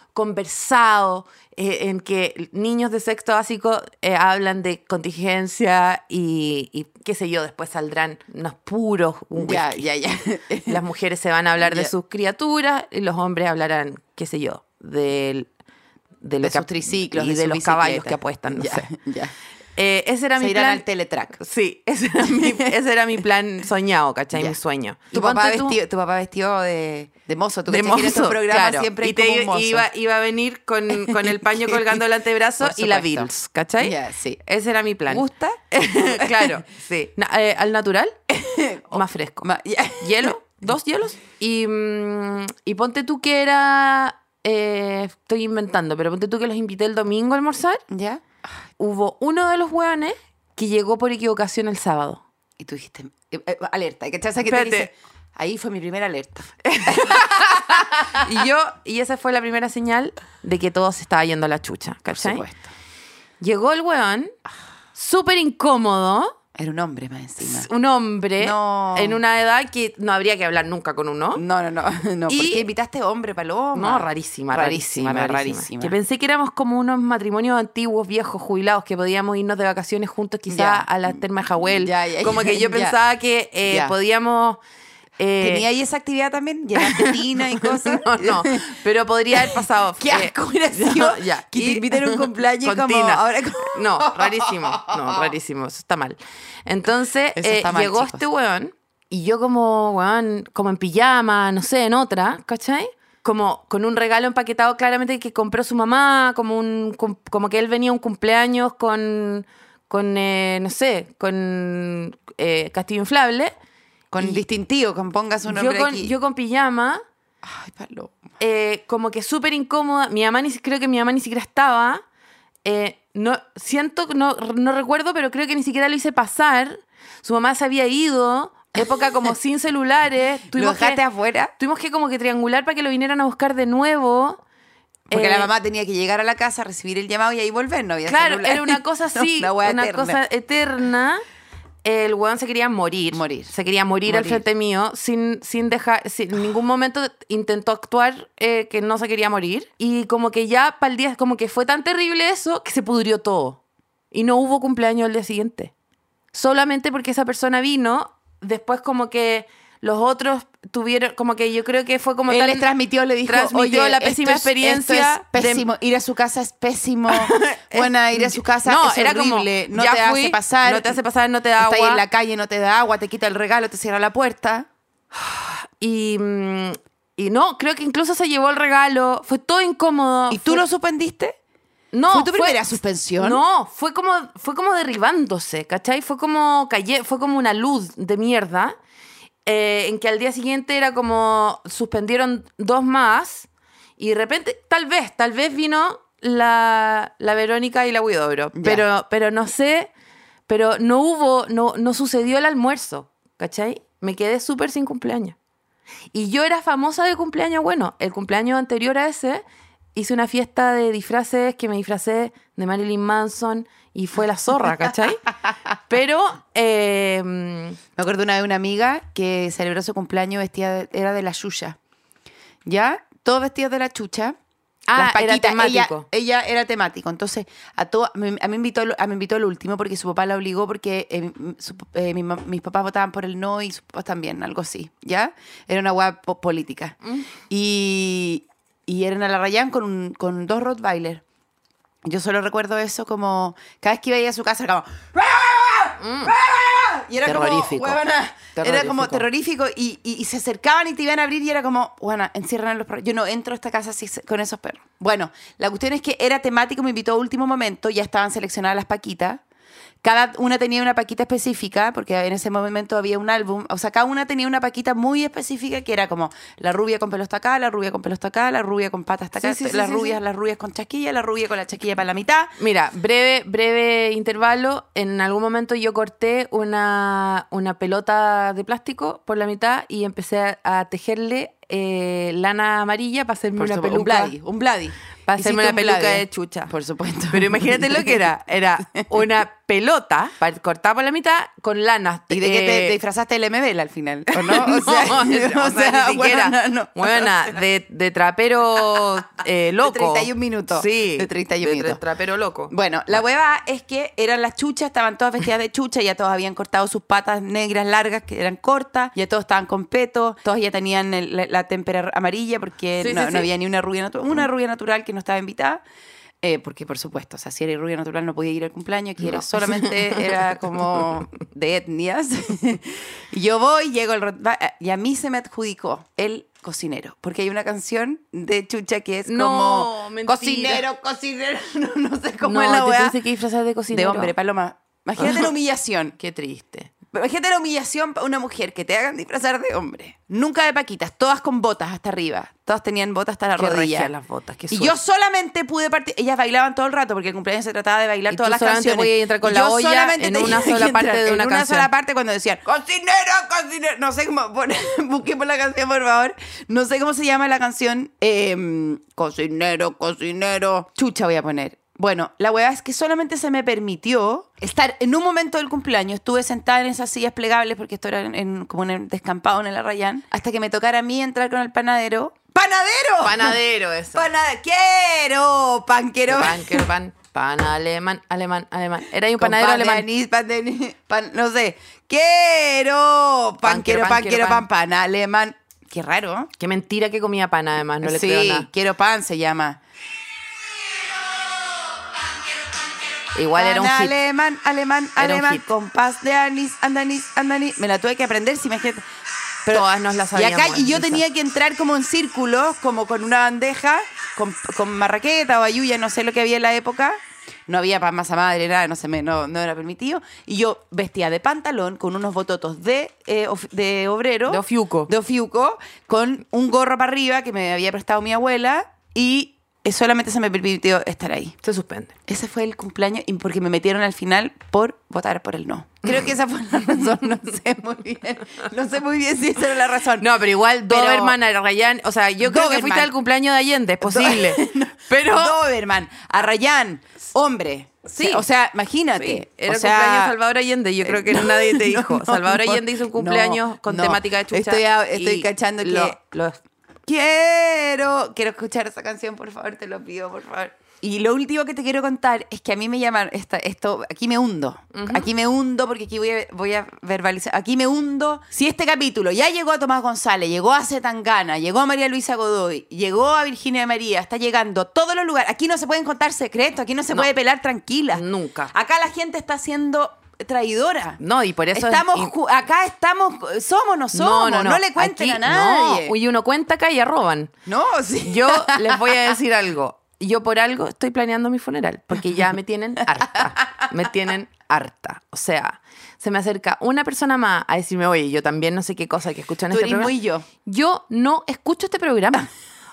C: conversado eh, en que niños de sexto básico eh, hablan de contingencia y, y qué sé yo, después saldrán unos puros, un
D: Ya,
C: whisky.
D: ya, ya.
C: Las mujeres se van a hablar de
D: Ya.
C: sus criaturas y los hombres hablarán, qué sé yo, del... De, lo
D: De
C: que-
D: sus triciclos,
C: y de,
D: su
C: los caballos
D: bicicleta.
C: que apuestan, no
D: Ya,
C: sé.
D: ya.
C: Eh, ese era
D: Se
C: mi
D: irán
C: plan.
D: al teletrack.
C: Sí, ese era mi, ese era mi plan soñado, ¿cachai?
D: Ya.
C: Mi sueño.
D: Tu
C: Y ponte
D: papá,
C: tú-
D: vestido, tu papá vestido de, de mozo. Tú
C: de
D: cachai que en estos
C: mozo,
D: programas
C: claro.
D: siempre
C: y
D: hay
C: te
D: como
C: i-
D: un mozo.
C: Iba, iba a venir con, con el paño colgando el antebrazo
D: Por
C: y la
D: supuesto.
C: Bills, ¿cachai?
D: Ya, sí.
C: Ese era mi plan.
D: ¿Gusta?
C: claro, sí. Na- eh, ¿Al natural? Más fresco.
D: Ma- ya.
C: hielo, dos hielos. Y, mm, y ponte tú que era... eh, estoy inventando, pero ponte tú que los invité el domingo a almorzar.
D: ¿Ya?
C: Hubo uno de los hueones que llegó por equivocación el sábado.
D: Y tú dijiste, eh, eh, alerta, ¿cachai? Esa que te
C: Espérate.
D: dice, ahí fue mi primera alerta.
C: Y yo, y esa fue la primera señal de que todo se estaba yendo a la chucha, ¿cachai?
D: supuesto.
C: Llegó el weón, súper incómodo,
D: Era un hombre más encima.
C: un hombre,
D: No.
C: en una edad que no habría que hablar nunca con uno.
D: No, no, no. no
C: Y-
D: ¿Por qué invitaste hombre, Paloma?
C: No, rarísima, rarísima, rarísima,
D: rarísima.
C: Que pensé que éramos como unos matrimonios antiguos, viejos, jubilados, que podíamos irnos de vacaciones juntos quizá
D: Ya.
C: a la terma de Jawel.
D: Ya, ya,
C: como
D: ya,
C: que yo
D: ya.
C: pensaba que eh,
D: Ya.
C: podíamos... eh,
D: ¿Tenía ahí esa actividad también? ¿Llenaste tina y cosas?
C: No, no, pero podría haber pasado.
D: Qué
C: eh,
D: asco hubiera sido que te
C: y-
D: inviten a un cumpleaños y
C: con
D: como,
C: Tina.
D: ahora como-
C: No, rarísimo. No, rarísimo. Eso está mal. Entonces,
D: Eso
C: eh,
D: está mal,
C: llegó
D: chicos.
C: este weón y yo como, weón, como en pijama, no sé, en otra, ¿cachai? Como con un regalo empaquetado claramente que compró su mamá, como, un, cum- como que él venía a un cumpleaños con, con eh, no sé, con eh, castillo inflable.
D: Con
C: Y-
D: distintivo, con pongas un
C: Yo
D: nombre
C: con,
D: aquí.
C: yo con pijama
D: Ay, Paloma.
C: eh, como que súper incómoda. Mi mamá ni si- creo que mi mamá ni siquiera estaba. Eh, no siento, no, no recuerdo, pero creo que ni siquiera lo hice pasar. Su mamá se había ido. Época como sin celulares.
D: ¿Lo
C: Tuvimos
D: dejaste
C: que,
D: afuera?
C: tuvimos que como que triangular para que lo vinieran a buscar de nuevo.
D: Porque
C: Eh,
D: la mamá tenía que llegar a la casa, recibir el llamado y ahí volver, no había
C: Claro,
D: celular.
C: era una cosa así, una,
D: Una wea eterna.
C: cosa eterna. El weón se quería morir.
D: Morir.
C: Se quería morir, al
D: Morir.
C: frente mío, sin, sin dejar, sin en ningún momento intentó actuar eh, que no se quería morir. Y como que ya para el día, como que fue tan terrible eso que se pudrió todo. Y no hubo cumpleaños el día siguiente. Solamente porque esa persona vino, después como que Los otros tuvieron, como que yo creo que fue como
D: Él
C: tan-
D: les transmitió, le dijo,
C: transmitió
D: "Oye,
C: la
D: esto
C: pésima
D: es- esto
C: experiencia
D: es
C: de-
D: pésimo, ir a su casa es pésimo. Buena, ir a su casa
C: no,
D: es
C: era
D: horrible,
C: como,
D: no
C: ya
D: te
C: fui,
D: hace pasar.
C: no te hace pasar, no te da
D: Está ahí
C: agua.
D: en la calle, no te da agua, te quita el regalo, te cierra la puerta.
C: Y, mm, y no, creo que incluso se llevó el regalo, fue todo incómodo.
D: ¿Y tú
C: fue-
D: lo suspendiste?
C: no,
D: ¿Fue tu primera suspensión?
C: No, fue como, fue como derribándose, ¿cachai? Fue como, calle, fue como una luz de mierda, eh, en que al día siguiente era como, suspendieron dos más, y de repente, tal vez, tal vez vino la, la Verónica y la Huidobro,
D: Ya.
C: pero, pero no sé, pero no hubo, no, no sucedió el almuerzo, ¿cachai? Me quedé súper sin cumpleaños. Y yo era famosa de cumpleaños, bueno, el cumpleaños anterior a ese hice una fiesta de disfraces que me disfracé de Marilyn Manson y fue la zorra, ¿cachai? Pero eh,
D: Me acuerdo una vez una amiga que celebró su cumpleaños vestida, de- era de la chucha. ¿Ya? Todos vestidos de la chucha.
C: Ah,
D: Las
C: era
D: paquitas, ella-
C: temático.
D: Ella, era temático. Entonces, a, todo, a mí me invitó, el- a, me invitó el último porque su papá la obligó porque eh, mi- su- eh, mi mam- mis papás votaban por el no y sus papás también, algo así. ¿Ya? Era una guapa política.
C: Mm.
D: Y, y eran a la Rayán con, un- con dos Rottweiler. Yo solo recuerdo eso como cada vez que iba a ir a su casa era como
C: Mm.
D: y era
E: Terrorífico.
D: como huevona, era
E: Terrorífico.
D: como terrorífico y, y- y se acercaban y te iban a abrir y era como bueno encierran a los perros yo no entro a esta casa así se- con esos perros bueno la cuestión es que era temático me invitó a último momento ya estaban seleccionadas las paquitas cada una tenía una paquita específica, porque en ese momento había un álbum. O sea, cada una tenía una paquita muy específica que era como la rubia con pelo hasta acá, la rubia con pelo hasta acá, la rubia con patas hasta
C: Sí,
D: acá,
C: sí, sí,
D: las
C: sí,
D: rubias,
C: sí.
D: las rubias con chasquilla, la rubia con la chasquilla para la mitad.
C: mira, breve, breve intervalo. En algún momento yo corté una, una pelota de plástico por la mitad y empecé a, a tejerle eh, lana amarilla para hacerme
D: Por
C: una
D: supuesto,
C: peluca.
D: Un Vladi, un Vladi.
C: Para hacerme
D: Hiciste
C: una
D: un
C: peluca
D: Vladi.
C: de chucha.
D: Por supuesto.
C: Pero imagínate lo que era. Era una pelota pa- cortada por la mitad con lana.
D: ¿Y de qué te,
C: eh,
D: te disfrazaste del MBL al final? ¿O no?
C: No,
D: O sea,
C: o sea, ni siquiera.
D: bueno, no, no.
C: Buena, de, de trapero eh, loco.
D: 31 minutos.
C: Sí.
D: De 31
C: tra-
D: minutos.
C: trapero loco.
D: Bueno, la hueva es que eran las chuchas, estaban todas vestidas de chucha, ya todos habían cortado sus patas negras largas que eran cortas, ya todos estaban con peto, todos ya tenían el- la, la témpera amarillas porque
C: Sí,
D: no,
C: sí,
D: no
C: sí.
D: había ni una rubia natural, una rubia natural que no estaba invitada. eh, porque por supuesto, o sea, si era rubia natural no podía ir al cumpleaños, que era solamente era como de etnias. Y yo voy, llego al Rottwe- y a mí se me adjudicó el cocinero, porque hay una canción de Chucha que es
C: No,
D: como
C: mentira.
D: cocinero, cocinero, no, no sé cómo
C: no,
D: es la
C: te
D: weá.
C: tuviste que disfrazar de cocinero.
D: De hombre, Paloma. Imagínate la humillación.
C: Qué triste.
D: Imagínate la humillación para una mujer que te hagan disfrazar de hombre. Nunca de paquitas, todas con botas hasta arriba. Todas tenían botas hasta la
C: Qué
D: rodilla.
C: regia las botas, qué
D: y
C: suerte.
D: yo solamente pude partir. Ellas bailaban todo el rato porque el cumpleaños se trataba de bailar
C: Y tú
D: todas las
C: solamente
D: canciones.
C: podías entrar con
D: Y
C: la
D: yo
C: olla
D: solamente
C: en
D: tenía
C: una
D: que
C: sola parte
D: entrar
C: de una
D: en
C: canción.
D: una sola parte cuando decían cocinero, cocinero. No sé cómo. pon- busquemos la canción, por favor. No sé cómo se llama la canción. eh, cocinero, cocinero. Chucha voy a poner. Bueno, la hueá es que solamente se me permitió estar en un momento del cumpleaños. Estuve sentada en esas sillas plegables porque esto era en, en- como un descampado en el Arrayán. Hasta que me tocara a mí entrar con el panadero. ¡Panadero!
C: Panadero eso.
D: Panadero. Quiero, panquero.
C: Pan, que pan, pan alemán, alemán, alemán. Era ahí un
D: Con
C: panadero
D: pan de
C: alemán.
D: anís, pan de anís, pan- no sé. Quiero, pan, quiero, pan, quiero, pan, pan, alemán. Qué raro.
C: Qué mentira que comía pan además, no le
D: sí,
C: creo nada.
D: quiero pan se llama.
C: Igual era un
D: Pan
C: hit.
D: alemán, alemán,
C: Era un
D: alemán,
C: hit.
D: con paz de anís, andanís, andanís. Me la tuve que aprender, si me
C: Todas nos las
D: Y acá
C: sabíamos,
D: y yo
C: esa.
D: tenía que entrar como en círculos, como con una bandeja, con, con marraqueta o ayuya, no sé lo que había en la época. No había pan masa madre, nada, no, se me, no, no era permitido. Y yo vestía de pantalón con unos bototos de, eh, of- de obrero.
C: De ofiuco.
D: De ofiuco, con un gorro para arriba que me había prestado mi abuela y eh, solamente se me permitió estar ahí.
C: Se suspende.
D: Ese fue el cumpleaños y porque me metieron al final por votar por el no. Creo que esa fue la razón, no sé muy bien. No sé muy bien si esa era la razón.
C: No, pero igual
D: Pero-
C: Doberman, Arrayan, o sea, yo creo que
D: Doberman.
C: fuiste al cumpleaños de Allende, es posible.
D: No.
C: Pero
D: Doberman, Arrayán, hombre.
C: Sí.
D: O sea, imagínate.
C: Sí, era
D: o
C: el
D: sea,
C: cumpleaños de Salvador Allende. Yo creo que
D: no,
C: nadie te
D: no,
C: dijo.
D: no,
C: Salvador
D: no,
C: Allende hizo un cumpleaños
D: no,
C: con
D: no.
C: temática de chucha.
D: Estoy a- estoy
C: y
D: cachando que-
C: lo- los
D: Quiero, quiero escuchar esa canción, por favor, te lo pido, por favor. Y lo último que te quiero contar es que a mí me llaman, esta- esto, aquí me hundo, aquí me hundo porque aquí voy a, voy a verbalizar, aquí me hundo. Si este capítulo ya llegó a Tomás González, llegó a Zetangana, llegó a María Luisa Godoy, llegó a Virginia de María, está llegando a todos los lugares, aquí no se pueden contar secretos, aquí no se
C: No.
D: puede pelar tranquila.
C: Nunca.
D: Acá la gente está siendo traidora.
C: No, y por eso es
D: estamos
C: in-
D: ju- acá estamos somos no somos no, le cuenten
C: Aquí-
D: a nadie
C: No, y uno cuenta acá y arroban.
D: no, sí.
C: Yo les voy a decir algo. Yo por algo estoy planeando mi funeral, porque ya me tienen harta. Me tienen harta. O sea, se me acerca una persona más a decirme, oye, yo también no sé qué cosa que escucho en
D: Tú
C: este
D: eres
C: programa.
D: muy yo.
C: Yo no escucho este programa.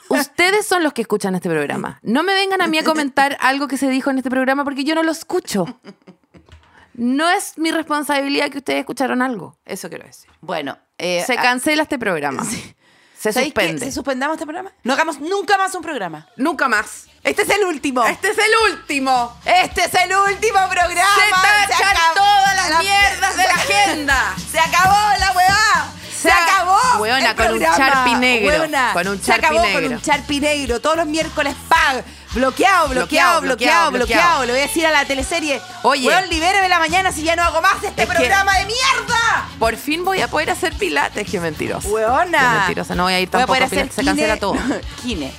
C: Ustedes son los que escuchan este programa. No me vengan a mí a comentar algo que se dijo en este programa porque yo no lo escucho. No es mi responsabilidad que ustedes escucharon algo. Eso quiero decir.
D: bueno eh,
C: Se
D: ah,
C: cancela este programa. Se
D: ¿sabéis qué?
C: suspende.
D: ¿Se suspendamos este programa no hagamos nunca más un programa
C: Nunca más.
D: este es el último
C: Este es el último.
D: este es el último programa
C: se tachan
D: acabó
C: todas las
D: la-
C: mierdas de la agenda.
D: se acabó la huevada se,
C: Se-
D: acabó
C: Hueona,
D: el
C: con un
D: programa.
C: Sharpie negro,
D: Hueona,
C: con un
D: se acabó
C: Sharpie
D: con
C: negro.
D: un charpi negro todos los miércoles pag bloqueado bloqueado bloqueado bloqueado,
C: Bloqueado, bloqueado, bloqueado.
D: le voy a decir a la teleserie
C: Oye.
D: hueón libérame la mañana si ya no hago más este
C: Es que-
D: programa de mierda
C: Por fin voy a poder hacer pilates. Qué mentiroso. Qué
D: Hueona.
C: mentirosa. No voy a ir
D: Voy a
C: tampoco
D: poder
C: a
D: hacer
C: pilates. Se cancela
D: kine-
C: todo.
D: kine.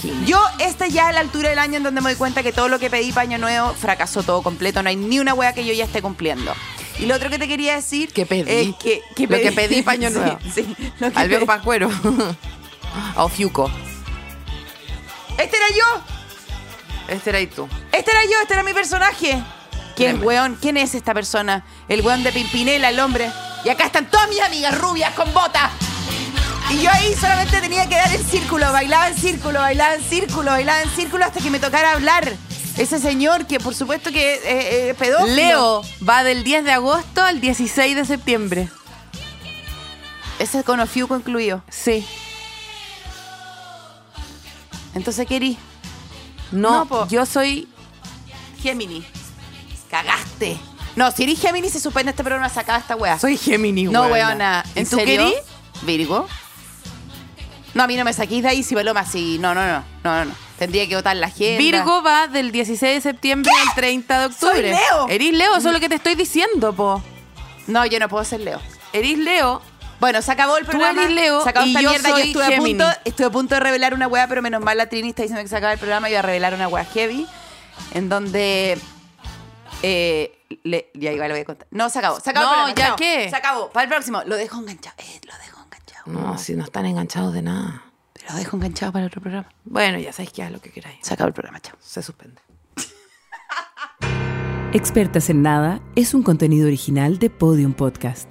C: Kine.
D: Yo, esta ya es la altura del año en donde me doy cuenta que todo lo que pedí para Año Nuevo fracasó todo completo. No hay ni una wea que yo ya esté cumpliendo. Y lo otro que te quería decir.
C: ¿Qué pedí?
D: es que,
C: Lo que pedí pa' Año
D: Sí,
C: Nuevo.
D: sí, lo que
C: Al viejo
D: pedí.
C: Pascuero. A Ofiuco.
D: Este era yo.
C: Este era y tú.
D: Este era yo. Este era mi personaje. ¿Quién,
C: Tremendo.
D: weón? ¿Quién es esta persona? El weón de Pimpinela, el hombre. Y acá están todas mis amigas rubias con botas. Y yo ahí solamente tenía que dar en círculo, bailaba en círculo, bailaba en círculo, bailaba en círculo hasta que me tocara hablar. Ese señor que por supuesto que es eh, eh, pedófilo.
C: Leo va del 10 de agosto al 16 de septiembre.
D: Ese es con Ofiuco incluido.
C: Sí.
D: Entonces, ¿qué erí?
C: No,
D: No, po.
C: yo soy.
D: Gemini. Cagaste. No, si eres Gemini se suspende este programa, sacada esta wea.
C: Soy Géminis,
D: no, weona.
C: ¿Y
D: ¿En
C: tú
D: serio?
C: querí?
D: Virgo. No, a mí no me saquís de ahí, si Paloma, sí. No, no, no, no, no, no. Tendría que votar la gente.
C: Virgo va del 16 de septiembre al 30 de
D: Soy
C: octubre.
D: Leo.
C: Eres Leo, eso es lo que te estoy diciendo, po.
D: No, yo no puedo ser Leo.
C: Eres Leo.
D: Bueno, se acabó el programa.
C: eres Leo
D: se acabó
C: y
D: esta
C: yo
D: mierda.
C: soy
D: yo estuve
C: Gemini.
D: a punto, estuve a punto de revelar una wea, pero menos mal la Trini está diciendo que se acaba el programa y iba a revelar una wea heavy. En donde. eh, le- ya igual lo voy a contar. No, se acabó. Se acabó.
C: No,
D: el programa,
C: ¿ya
D: se acabó,
C: qué?
D: Se acabó. Para el próximo. Lo dejo enganchado. Eh, lo dejo enganchado.
C: No, si no están enganchados de nada.
D: Lo dejo enganchado para otro programa.
C: Bueno, ya sabéis que haz lo que queráis.
D: Se acabó el programa, chao.
C: Se suspende.
A: Expertas en Nada es un contenido original de Podium Podcast.